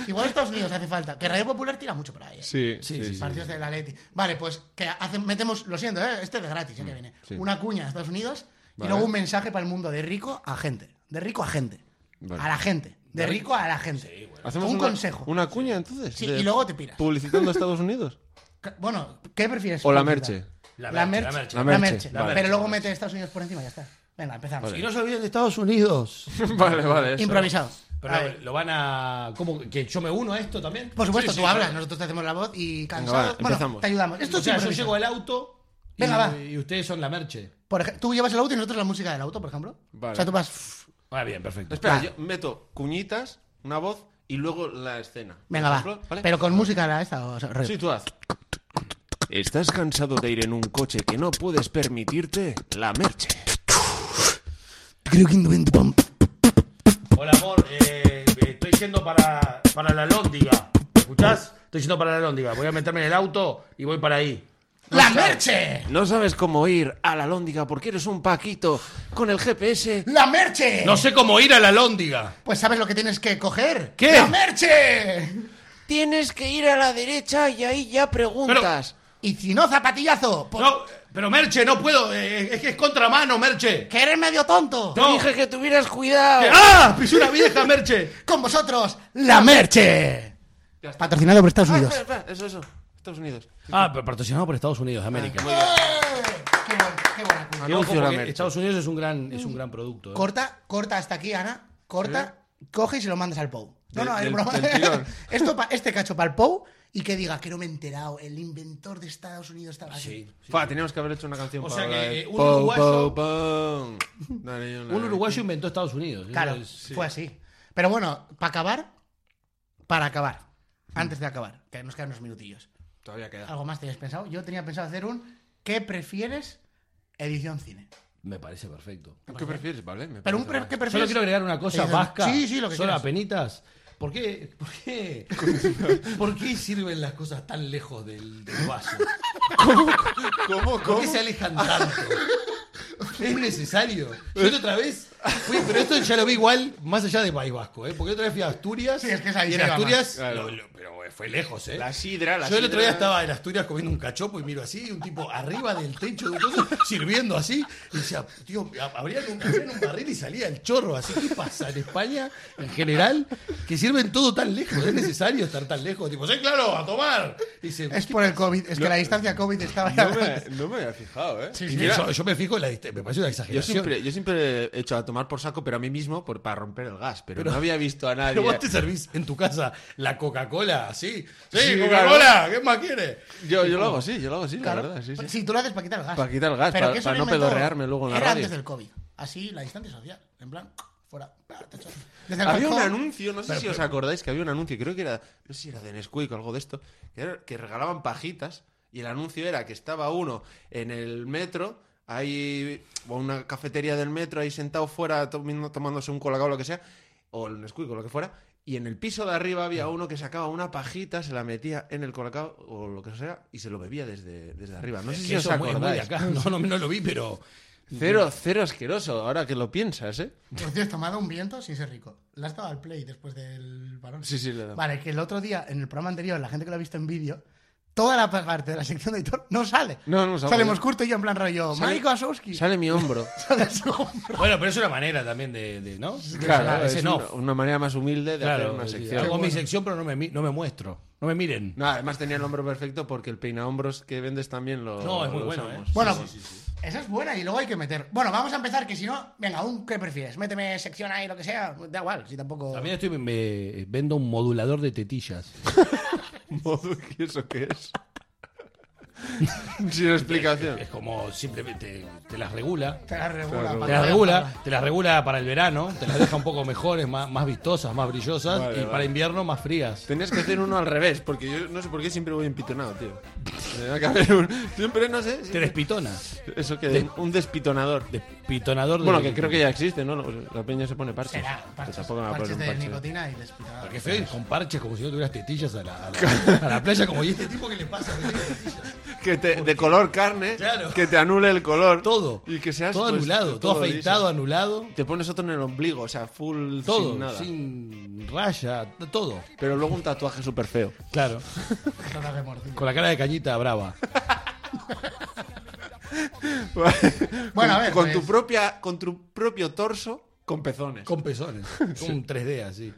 D: Igual Estados Unidos hace falta. Que Radio Popular tira mucho por ahí. eh.
C: Sí,
F: Sí,
C: sí,
F: sí,
C: sí.
D: Partidos del Atleti. Vale, pues que hacen, metemos, lo siento, ¿eh? este es de gratis, ya que viene.
C: Mm, sí.
D: Una cuña a Estados Unidos
C: Vale.
D: y luego un mensaje para el mundo de rico a gente. De rico a gente.
C: Bueno.
D: A la gente. De rico a la gente. un
C: una-
D: consejo.
C: Una cuña entonces.
D: Sí,
C: de-
D: y luego te piras.
C: Publicitando Estados Unidos.
D: Ca- Bueno, ¿qué prefieres?
C: O la
D: publicidad?
C: merche.
F: La
D: La
F: merche,
D: merch.
F: la merche.
D: La
C: La
D: merche.
C: merche,
F: vale.
D: Pero luego mete Estados Unidos por encima y ya está. Venga, empezamos.
F: Y no se olviden de Estados Unidos.
C: vale, vale. eso.
D: Improvisado.
F: Pero
D: A
F: no,
D: ver.
F: lo van a. ¿Cómo? ¿Que yo me uno a esto también?
D: Por supuesto,
F: Sí,
D: tú
F: sí,
D: hablas,
F: claro.
D: nosotros te hacemos la voz y cansado.
C: va,
D: bueno,
C: empezamos.
D: te ayudamos. Esto
F: o sea,
D: sí,
F: yo llego al auto y,
D: Venga, va.
F: y ustedes son la merche.
D: por ej- Tú llevas el auto y nosotros la música del auto, por ejemplo.
C: Vale.
D: O sea, tú vas.
F: Ah, bien, perfecto.
C: Espera,
D: Va.
C: yo meto cuñitas, una voz y luego la escena. Por
D: Venga, va.
C: ejemplo, ¿vale?
D: Pero con música la esta. O sea, rollo.
C: Sí, tú haz. ¿Estás cansado de ir en un coche que no puedes permitirte? La merche.
D: Creo que invento- pam.
F: Hola, amor. eh, estoy yendo para, para la lóndiga. ¿Me escuchás? Estoy yendo para la lóndiga. Voy a meterme en el auto y voy para ahí.
D: ¡La merche!
C: No sabes cómo ir a la lóndiga porque eres un paquito con el GPS.
D: ¡La merche!
F: No sé cómo ir a la lóndiga.
D: Pues sabes lo que tienes que coger.
F: ¿Qué?
D: ¡La merche!
C: Tienes que ir a la derecha y ahí ya preguntas.
D: Y si no, zapatillazo. Pues, Por...
F: No, pero Merche, no puedo. eh, es que es contramano, Merche.
D: Que eres medio tonto.
F: No.
C: Dije que tuvieras cuidado.
F: ¡Ah! Pisura vieja, Merche.
D: Con vosotros, la merche. Patrocinado por Estados
C: Ah,
D: Unidos.
C: espera, espera, eso, eso. Estados Unidos.
F: Ah, pero patrocinado por Estados Unidos de América.
D: Qué buena, qué buena cuña.
F: Que, ojo,
C: Anuncio la
F: Ah, porque
C: merche.
F: Estados Unidos es un gran, es un gran producto. ¿eh?
D: Corta, corta hasta aquí, Ana. Corta, coges y lo mandas al Pou. No,
C: Del-
D: no, es
C: del-
D: broma.
C: del tirón.
D: Esto pa- este cacho para el Pou y que diga que no me he enterado. El inventor de Estados Unidos estaba así.
F: Ah, Sí.
C: Fa, teníamos que haber hecho una canción.
F: O
C: para
F: sea que,
C: la de
F: eh, un
C: Pou, pou,
F: uruguayo-
C: pou. Dale, yo la-
F: Un uruguayo inventó Estados Unidos. Eso
D: Claro,
F: es- sí.
D: fue así. Pero bueno, para acabar, para acabar, antes de acabar, que nos quedan unos minutillos.
C: Todavía queda.
D: ¿Algo más tenías pensado? Yo tenía pensado hacer un ¿Qué prefieres? Edición cine.
F: Me parece perfecto.
C: ¿Qué prefieres, vale? me
D: Pero un
C: parece
D: pre- ¿qué
F: Solo
D: prefieres?
F: quiero agregar una cosa
D: Edición-
F: vasca.
D: Sí, sí, lo que
F: Solo
D: quieras.
F: a penitas. ¿Por qué, por, qué, ¿Por qué sirven las cosas tan lejos del, del vaso?
C: mal. ¿Cómo,
F: ¿Por
C: cómo?
F: qué se alejan tanto? ¿Es necesario? Yo la otra vez fui, pero esto ya lo vi igual más allá de País Vasco, ¿eh? Porque otra vez fui a Asturias.
D: Sí, es que es ahí
F: y en
D: se va
F: Asturias,
C: más, claro.
F: lo- lo- pero eh, fue lejos, ¿eh?
C: La sidra, la
F: Yo el otro
C: sidra.
F: día estaba en Asturias comiendo un cachopo y miro así, y un tipo arriba del techo de un coso, sirviendo así, y decía, tío, a- abrían un, abrían un barril y salía el chorro, así. ¿Qué pasa en España, en general, que sirven todo tan lejos? ¿Es necesario estar tan lejos? Tipo, sí, claro, a tomar. Dice,
D: Es por el COVID, es que la distancia COVID estaba...
C: No me, no me había fijado, ¿eh?
D: Sí,
F: y
D: sí.
F: yo, yo me fijo, en la, dist- me parece una
C: Yo
F: exageración.
C: siempre, yo siempre he hecho a tomar por saco, pero a mí mismo, por, para romper el gas. Pero,
F: Pero-
C: no había visto a nadie.
F: Pero vos te servís en tu casa la Coca-Cola, así. Sí,
C: Sí,
F: Coca-Cola, ¿qué más quieres?
C: Yo, yo lo hago así, yo lo hago así,
D: Claro.
C: la verdad. Sí, sí.
D: Si tú lo haces para quitar el gas.
C: Para quitar el gas,
D: Pero
C: para-
D: que eso
C: para
D: lo
C: no
D: inventó-
C: pedorrearme luego en la
D: era
C: radio.
D: antes del COVID. Así, la distancia social. En plan, fuera. Desde el
C: Había un
D: balcón,
C: anuncio, no sé si os acordáis que había un anuncio, creo que era, no sé si era de Nesquik o algo de esto, que, era- que regalaban pajitas y el anuncio era que estaba uno en el metro, ahí, o una cafetería del metro, ahí sentado fuera tomando, tomándose un colacao o lo que sea, o el Nesquik o lo que fuera, y en el piso de arriba había uno que sacaba una pajita, se la metía en el colacao o lo que sea y se lo bebía desde, desde arriba. No sé si os
F: Eso es muy- muy de
C: acordáis.
F: acá. No, no, no lo vi, pero.
C: Cero, cero asqueroso, ahora que lo piensas, ¿eh?
D: Por cierto, me ha dado un viento sin ser rico. La has dado al play después del varón.
C: Sí, sí, le he dado.
D: Vale, que el otro día, en el programa anterior, la gente que lo ha visto en vídeo, toda la parte de la sección de editor no sale.
C: No, no sale.
D: Salimos curto y yo en plan rollo.
C: Sale-
D: Marico Asowski.
C: Sale mi hombro.
D: Sale su hombre.
F: Bueno, pero es una manera también de. de- ¿No?
C: Claro,
F: Ese
C: es
F: no.
C: una, una manera más humilde de hacer
F: Claro,
C: una
F: sí,
C: sección.
F: hago mi sección, pero no me, mi- no me muestro. No me miren.
C: No, además tenía el hombro perfecto porque el peinahombros que vendes también lo.
F: No, es muy
C: lo
F: bueno,
C: usamos.
F: ¿eh?
D: Bueno,
F: Sí, sí, sí,
D: esa es buena y luego hay que meter. Bueno, vamos a empezar, que si no, venga, un ¿qué prefieres? Méteme sección ahí, lo que sea, da igual, si tampoco.
F: También estoy, me, vendo un modulador de tetillas.
C: Modo, ¿y eso qué es?
F: ¿eh?
C: Sin explicación.
F: Es como simplemente te las regula.
D: Te la regula.
C: Claro.
D: para que
F: Te las
D: vaya
F: regula,
D: parda.
F: te las regula para el verano, te las deja un poco mejores, más, más vistosas, más brillosas,
C: Vale,
F: y
C: vale.
F: para invierno más frías.
C: Tenías que hacer uno al revés, porque yo no sé por qué siempre voy empitonado, tío. Tenía que haber un. Siempre no sé.
F: Te despitonas.
C: Eso que. Un despitonador.
F: Despitonador de
C: Bueno, que creo que ya existe, ¿no? La peña se pone parches.
D: Será,
C: Pero
D: parches,
C: tampoco me voy a
D: parches
C: poner un
D: de
C: parche.
D: nicotina y despitado.
F: Porque feo ir con parches como si no tuvieras tetillas a la, a la- a la playa, como y este tipo que le pasa. que tiene tetillas.
C: Que te, de color carne,
F: Claro.
C: que te anule el color.
F: Todo.
C: Y que seas.
F: todo
C: pues,
F: anulado, todo,
C: liso.
F: afeitado, anulado.
C: Te pones otro en el ombligo, o sea, full
F: Todo,
C: sin nada.
F: sin raya, t- todo.
C: Pero luego un tatuaje súper feo.
F: Claro.
D: Todas de morcilla.
F: Con la cara de cañita brava.
D: Bueno, a ver,
C: Con pues
D: pues-
C: tu propia, con tu propio torso, Con pezones.
F: Con pezones. Un 3D así.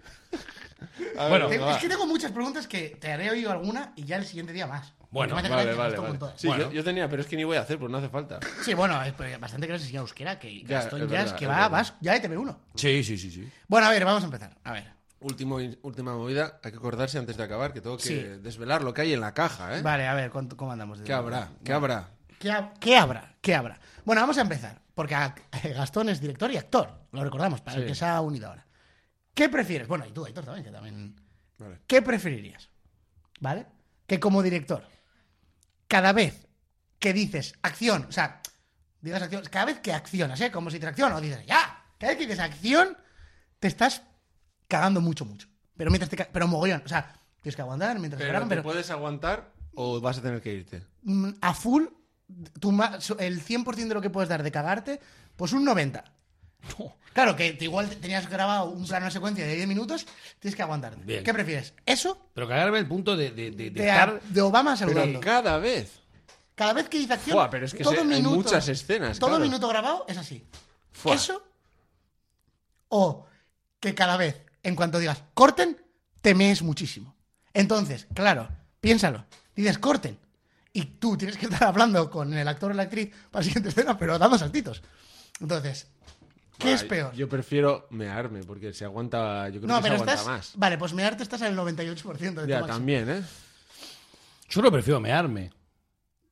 C: A ver,
F: Bueno,
C: venga, va.
D: Es que tengo muchas preguntas que te haré oído alguna y ya el siguiente día más.
F: Bueno,
D: Porque me hace
C: Vale,
D: gracia,
C: vale,
D: gasto un
C: vale.
D: montón.
C: Sí,
F: Bueno.
C: yo, yo tenía, pero es que ni voy a hacer, pues no hace falta.
D: Sí, bueno, es pero bastante que lo enseñado euskera, que
C: Ya,
D: Gastón
C: es
D: ya es
C: verdad,
D: que
C: es
D: va,
C: verdad.
D: vas, ya de TV1.
F: Sí, sí, sí, sí.
D: Bueno, a ver, vamos a empezar. A ver.
C: Último, última movida, hay que acordarse antes de acabar que tengo que
D: Sí.
C: desvelar lo que hay en la caja, ¿eh?
D: Vale, a ver, ¿cuánto- ¿cómo andamos? de
C: ¿Qué
D: tiempo?
C: habrá? ¿Qué habrá?
D: ¿Qué, ha- qué habrá? ¿Qué habrá? Bueno, vamos a empezar, porque a- Gastón es director y actor, lo recordamos, para el
C: Sí.
D: que se ha unido ahora. ¿Qué prefieres? Bueno, y tú, Aitor, también, que también...
C: Vale.
D: ¿Qué preferirías? ¿Vale? Que como director, cada vez que dices acción, o sea, digas acción, cada vez que accionas, ¿eh? Como si te acciona, o dices ya, cada vez que dices acción, te estás cagando mucho, mucho. Pero mientras te ca- pero mogollón, o sea, tienes que aguantar mientras te
C: Pero,
D: graban,
C: ¿te
D: pero
C: puedes aguantar o vas a tener que irte?
D: mm, a full, tú ma- so- el 100% de lo que puedes dar de cagarte, pues un 90. Claro, que te- igual te- tenías grabado un plano de secuencia de 10 minutos, tienes que aguantarte.
F: Bien.
D: ¿Qué prefieres? ¿Eso?
F: Pero cagarme el punto de, de, de- de
D: De,
F: estar.
D: de Obama
C: Pero
D: saludando.
C: cada vez.
D: Cada vez que dice acción,
C: Buah, pero es que
D: todo
C: se- hay
D: minuto,
C: muchas escenas,
D: Todo
C: claro.
D: minuto grabado es así.
C: Fua.
D: Eso. O que cada vez, en cuanto digas corten, te mees muchísimo. Entonces, claro, piénsalo. Dices corten. Y tú tienes que estar hablando con el actor o la actriz para la siguiente escena, pero dando saltitos. Entonces, ¿qué
C: Bah,
D: es peor?
C: Yo prefiero mearme porque se aguanta, yo creo
D: no,
C: que se
D: pero
C: aguanta
D: estás.
C: más.
D: Vale, pues mearte estás al 98% de tu
C: Ya,
D: máximo.
C: también, ¿eh?
F: Yo lo prefiero mearme.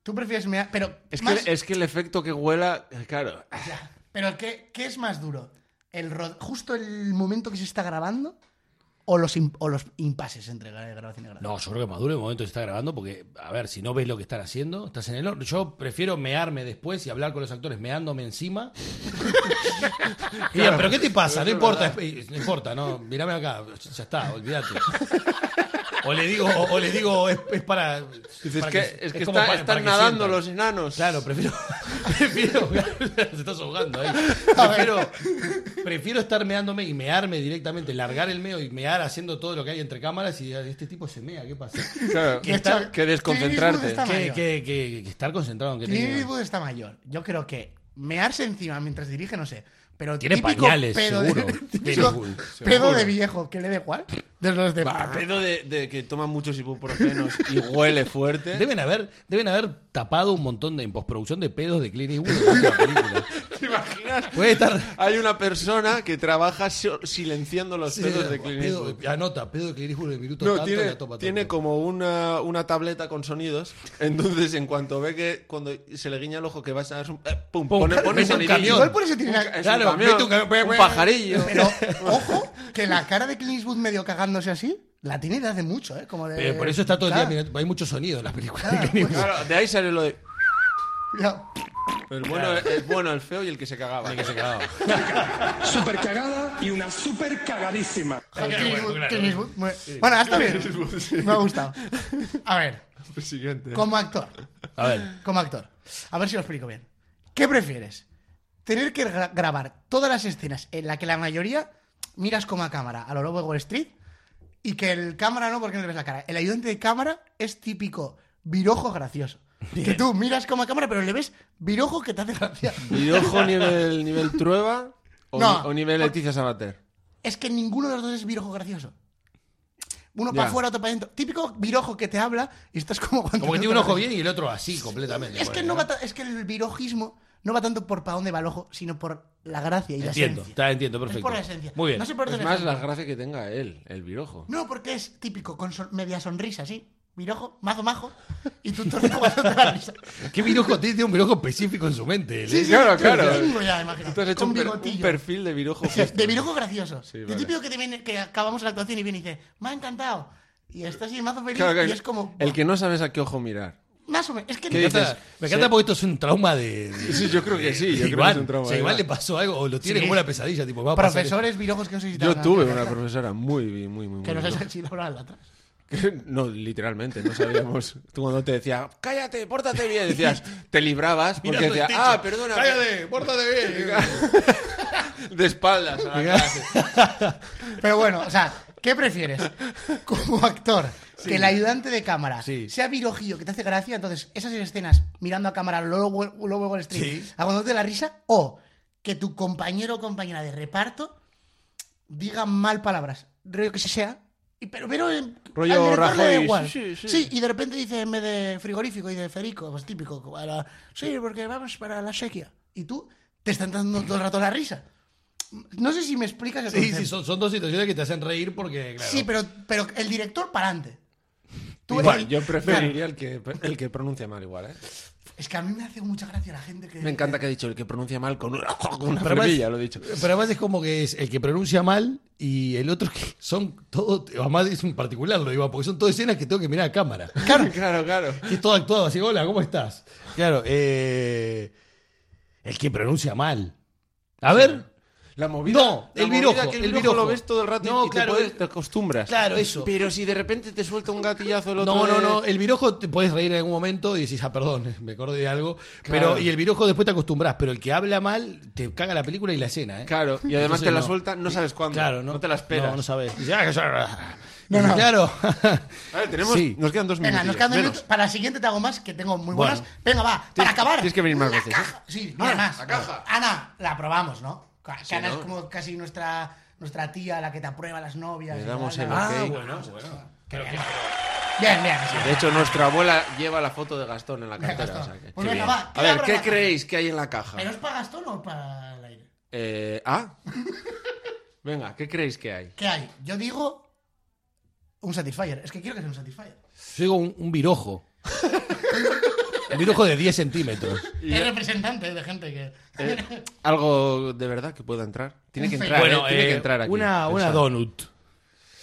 D: Tú prefieres mear. Pero.
C: Es
D: más-
C: que, es que el efecto que huela, eh, claro.
D: Ya, Pero ¿qué, qué es más duro? ¿El ro- ¿Justo el momento que se está grabando? ¿O los, im- o los impases entre gra- grabación y grabación?
F: No, yo creo que maduro en el momento que se está grabando, porque, a ver, si no ves lo que están haciendo, estás en el horno. Yo prefiero mearme después y hablar con los actores meándome encima. Y digan, pero ¿qué te pasa? No importa, es- no importa, no, mírame acá, ya está, olvídate. O le digo, o, o le digo, es, es para.
C: Dices,
F: para
C: que, es que
F: como
C: está-
F: para-
C: están
F: para que
C: nadando
F: sientan.
C: los enanos.
F: Claro, prefiero. prefiero se estás ahogando ahí.
D: A ver.
F: Prefiero, prefiero estar meándome y mearme directamente, largar el meo y mear haciendo todo lo que hay entre cámaras y este tipo se mea, ¿qué pasa?
C: Claro,
D: De hecho,
C: que
D: Clint Eastwood
C: desconcentrarte.
D: está
F: Que,
D: mayor.
F: que- que- que estar concentrado en que
D: Clint
F: tenga-
D: Eastwood está mayor. Yo creo que mearse encima mientras dirige, no sé. Pero
F: Tiene
D: típico
F: pañales,
D: pedo
F: seguro.
D: De,
F: Clint
D: típico
F: Eastwood,
D: pedo de viejo. ¿Que le dé cuál? De los de...
C: Bah, pedo de, de que toma muchos ibuprofenos y huele fuerte.
F: Deben haber, deben haber tapado un montón de en postproducción de pedos de Clint Eastwood en la película.
C: ¿Te imaginas?
F: Puede estar.
C: Hay una persona que trabaja so- silenciando los pedos de Clint
F: Pedo-
C: Eastwood.
F: anota, pedo de Clint Eastwood en el minuto
C: No,
F: tanto,
C: tiene,
F: la toma
C: tiene
F: tanto.
C: como una, una tableta con sonidos. Entonces, en cuanto ve que cuando se le guiña el ojo que vas a dar un. eh, pum,
F: Pum,
C: pone,
F: claro,
C: pone
F: mete un
C: sonidillo.
F: camión.
D: Igual por eso tiene
C: Un
D: la-
C: ca- es
F: Claro,
C: un, camión,
F: mete un camión.
C: un pajarillo.
D: Pero, ojo, que la cara de Clint Eastwood medio cagándose así, la tiene de hace mucho, ¿eh? Como de...
F: Pero por eso está todo el día
D: Claro,
F: mirando- Hay mucho sonido en las películas de
D: claro,
F: Clint Eastwood.
C: Claro, de ahí sale lo de.
D: ya.
C: El bueno, el, bueno, el feo y el que se cagaba.
E: super cagada y una super cagadísima.
D: Clint Eastwood, Clint Eastwood, muy- Bueno, hasta bien. Me ha gustado. A ver,
C: Siguiente.
D: como actor,
F: A ver.
D: como actor, a ver si lo explico bien. ¿Qué prefieres? ¿Tener que gra- grabar todas las escenas en las que la mayoría miras como a cámara a lo lobo de Wall Street y que el cámara no porque no le ves la cara? El ayudante de cámara es típico virojo gracioso. Que tú miras como a cámara pero le ves virojo que te hace gracia.
C: ¿Virojo nivel, nivel Trueba o,
D: No.
C: o nivel Leticia Sabater?
D: Es que ninguno de los dos es virojo gracioso. Uno
C: Ya.
D: para afuera, otro para adentro. Típico virojo que te habla y estás como...
F: Como que tiene un ojo bien y el otro así completamente.
D: Es que,
F: Bueno,
D: no va ta- es que el virojismo no va tanto por para dónde va el ojo, sino por la gracia y
F: Entiendo,
D: la esencia.
F: está, entiendo,
D: Es
F: perfecto.
D: por la esencia.
F: Muy bien.
D: No se puede
C: Es
D: hacer
C: más
D: ejemplo.
C: la gracia que tenga él, el virojo.
D: No, porque es típico, con son- media sonrisa, ¿sí? Virojo, mazo majo, y tú todo el rato te la risa.
F: ¿Qué virojo tiene? Tiene un virojo específico en su mente. ¿eh?
D: Sí, sí,
C: Claro,
D: sí,
C: claro.
D: tengo ya, imagínate,
C: Tú has hecho
D: con
C: un, per- un
D: bigotillo.
C: perfil de virojo.
D: Sí,
C: justo.
D: de virojo gracioso.
C: Sí,
D: El
C: vale.
D: típico que, te viene, que acabamos la actuación y viene y dice, me ha encantado. Y está así, mazo feliz,
C: Claro, claro,
D: y es como...
C: El que no sabes a qué ojo mirar.
D: Más o menos, es que...
C: ¿Qué
F: Me
C: dices?
F: encanta, me encanta porque esto es un trauma de. de-
C: Sí, yo creo que sí, yo creo que
F: Iván.
C: es un trauma
F: O sea,
C: de
F: Iván
C: Iván.
F: le pasó algo o lo tiene
D: Sí.
F: como una pesadilla. Tipo, va a pasar
D: Profesores virojos que no sé si te
C: Yo
D: habrán-
C: tuve una profesora muy, muy, muy, muy
D: Que no sé
C: viroja.
D: si lo habrán atrás.
C: Que- No, literalmente, no sabíamos. Tú cuando te decía, cállate, pórtate bien, decías, te librabas porque
F: Mirando el
C: decía,
F: techo.
C: ah, perdona.
F: Cállate, pórtate bien.
C: De espaldas. a la clase.
D: Pero bueno, o sea, ¿qué prefieres? Como actor, que el ayudante de cámara
F: Sí.
D: sea virojillo, que te hace gracia, entonces esas escenas mirando a cámara, luego luego Wall Street,
F: Sí.
D: aguantándote la risa, o que tu compañero o compañera de reparto diga mal palabras, rollo que se sea, y, pero, pero eh,
C: Rollo
D: al director le da
C: Rajoy,
D: igual.
C: sí, sí, sí.
D: y de repente dice en vez de frigorífico y de ferico, pues típico, como a la- sí, porque vamos para la sequía. Y tú te están dando todo el rato la risa. No sé si me explicas el
F: Sí, sí,
D: concepto.
F: son, son dos situaciones que te hacen reír porque, claro.
D: Sí, pero, pero el director para adelante. Tú
C: Igual,
D: eres-
C: yo preferiría el que, el que pronuncia mal igual, ¿eh?
D: Es que a mí me hace mucha gracia la gente que...
C: Me encanta que ha dicho el que pronuncia mal con una, con una
D: pues,
F: Pero además-
C: fermilla, lo he dicho.
F: Pero además es como que es el que pronuncia mal y el otro que son todo. Además es un particular, lo digo, porque son todas escenas que tengo que mirar a cámara.
C: Claro, claro, claro.
F: Que es todo actuado, así, hola, ¿cómo estás? Claro, eh, el que pronuncia mal. A ver.
C: La movida.
F: No,
C: la
F: el
C: movida
F: virojo,
C: que
F: el
C: virojo lo
F: virojo.
C: ves todo el rato y-
F: No,
C: y, te,
F: claro,
C: puedes-
F: el-
C: te acostumbras.
F: Claro, eso.
C: Pero si de repente te suelta un gatillazo el otro.
F: No, no,
C: de-
F: no. eh, El virojo te puedes reír en algún momento y decís, ah, perdón, me acordé de algo.
C: Claro.
F: Pero, y el virojo después te acostumbras, pero el que habla mal te caga la película y la escena, ¿eh?
C: Claro, y además
F: Entonces
C: te la
F: no.
C: suelta, no sabes cuándo.
F: Claro, no,
C: No te la esperas.
F: No, no sabes. Dice, "Ah, que yo-".
D: No, no.
F: Claro.
C: A ver, tenemos.
F: Sí.
C: Nos quedan dos minutos.
D: Venga, nos quedan dos minutos. Para la siguiente te hago más, que tengo muy
F: Bueno.
D: buenas. Venga, va, para acabar.
C: tienes que venir más
D: La
C: veces, ¿eh?
D: caja. Sí, mira
C: Ah,
D: más.
C: la caja.
D: Ana, la aprobamos, ¿no? Ca- que Ana
C: ¿no?
D: es como casi nuestra, nuestra tía, la que te aprueba las novias.
C: Le
D: y
C: damos
D: tal, Ah, pues,
C: el
D: tal.
C: ok.
D: Qué bien. Bien, bien. sí.
C: De hecho, nuestra abuela lleva la foto de Gastón en la
D: Venga,
C: cartera.
D: Gastón.
C: o sea que-
D: Pues
C: Qué
D: venga,
C: bien.
D: va,
C: a
D: ¿qué
C: ver,
D: habrá
C: ¿qué
D: la caja?
C: creéis que hay en la caja?
D: ¿Pero es para Gastón o para el aire?
C: Eh, ¿Ah? Venga, ¿qué creéis que hay?
D: ¿Qué hay? Yo digo un Satisfyer. Es que quiero que sea un Satisfyer.
F: Yo digo un, un virojo. un virojo de 10 centímetros.
D: Es representante de gente que...
C: Eh, ¿Algo de verdad que pueda entrar? Tiene que
D: Un
C: entrar,
F: bueno,
C: eh, tiene que
F: eh,
C: entrar aquí.
F: una, una
C: pensad.
F: donut.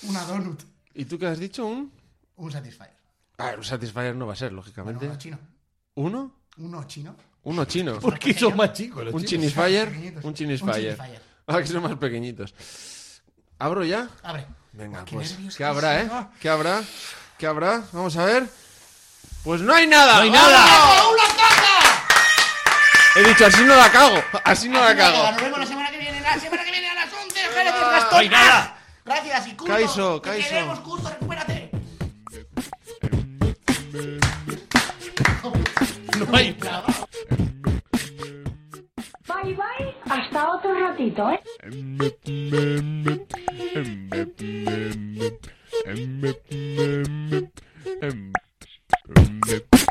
D: Una donut.
C: ¿Y tú qué has dicho? ¿Un?
D: Un Satisfyer.
C: Ah, un Satisfyer no va a ser,
D: Bueno,
C: lógicamente.
D: uno chino.
C: ¿Uno?
D: Uno chino.
C: Uno chino.
F: ¿Por qué son más chicos los
C: ¿Un
F: chicos?
C: Chinisfyer?
D: pequeñitos.
C: Un
D: Un
C: Chinisfyer.
D: Chinisfyer.
C: Ah, que son más pequeñitos. ¿Abro ya?
D: Abre. Ah,
C: Venga,
D: Qué
C: pues.
D: nervios
C: ¿Qué
D: que
C: habrá, eh?
D: son.
C: ¿Qué habrá? ¿Qué habrá? Vamos a ver. Pues no hay nada. ¡Oh!
F: ¡No hay nada!
D: ¡Una caja!
C: He dicho, así no la cago. Así no la
D: Venga,
C: cago.
D: Nos vemos la semana que viene. La semana que viene a las 11. Jerez Gastón.
F: ¡No hay nada!
D: Gracias y culto.
C: Caiso,
D: Te
C: Caiso.
D: Queremos culto, recupérate.
F: No hay nada.
G: Bye bye, hasta otro ratito, ¿eh?
H: Mm-hmm.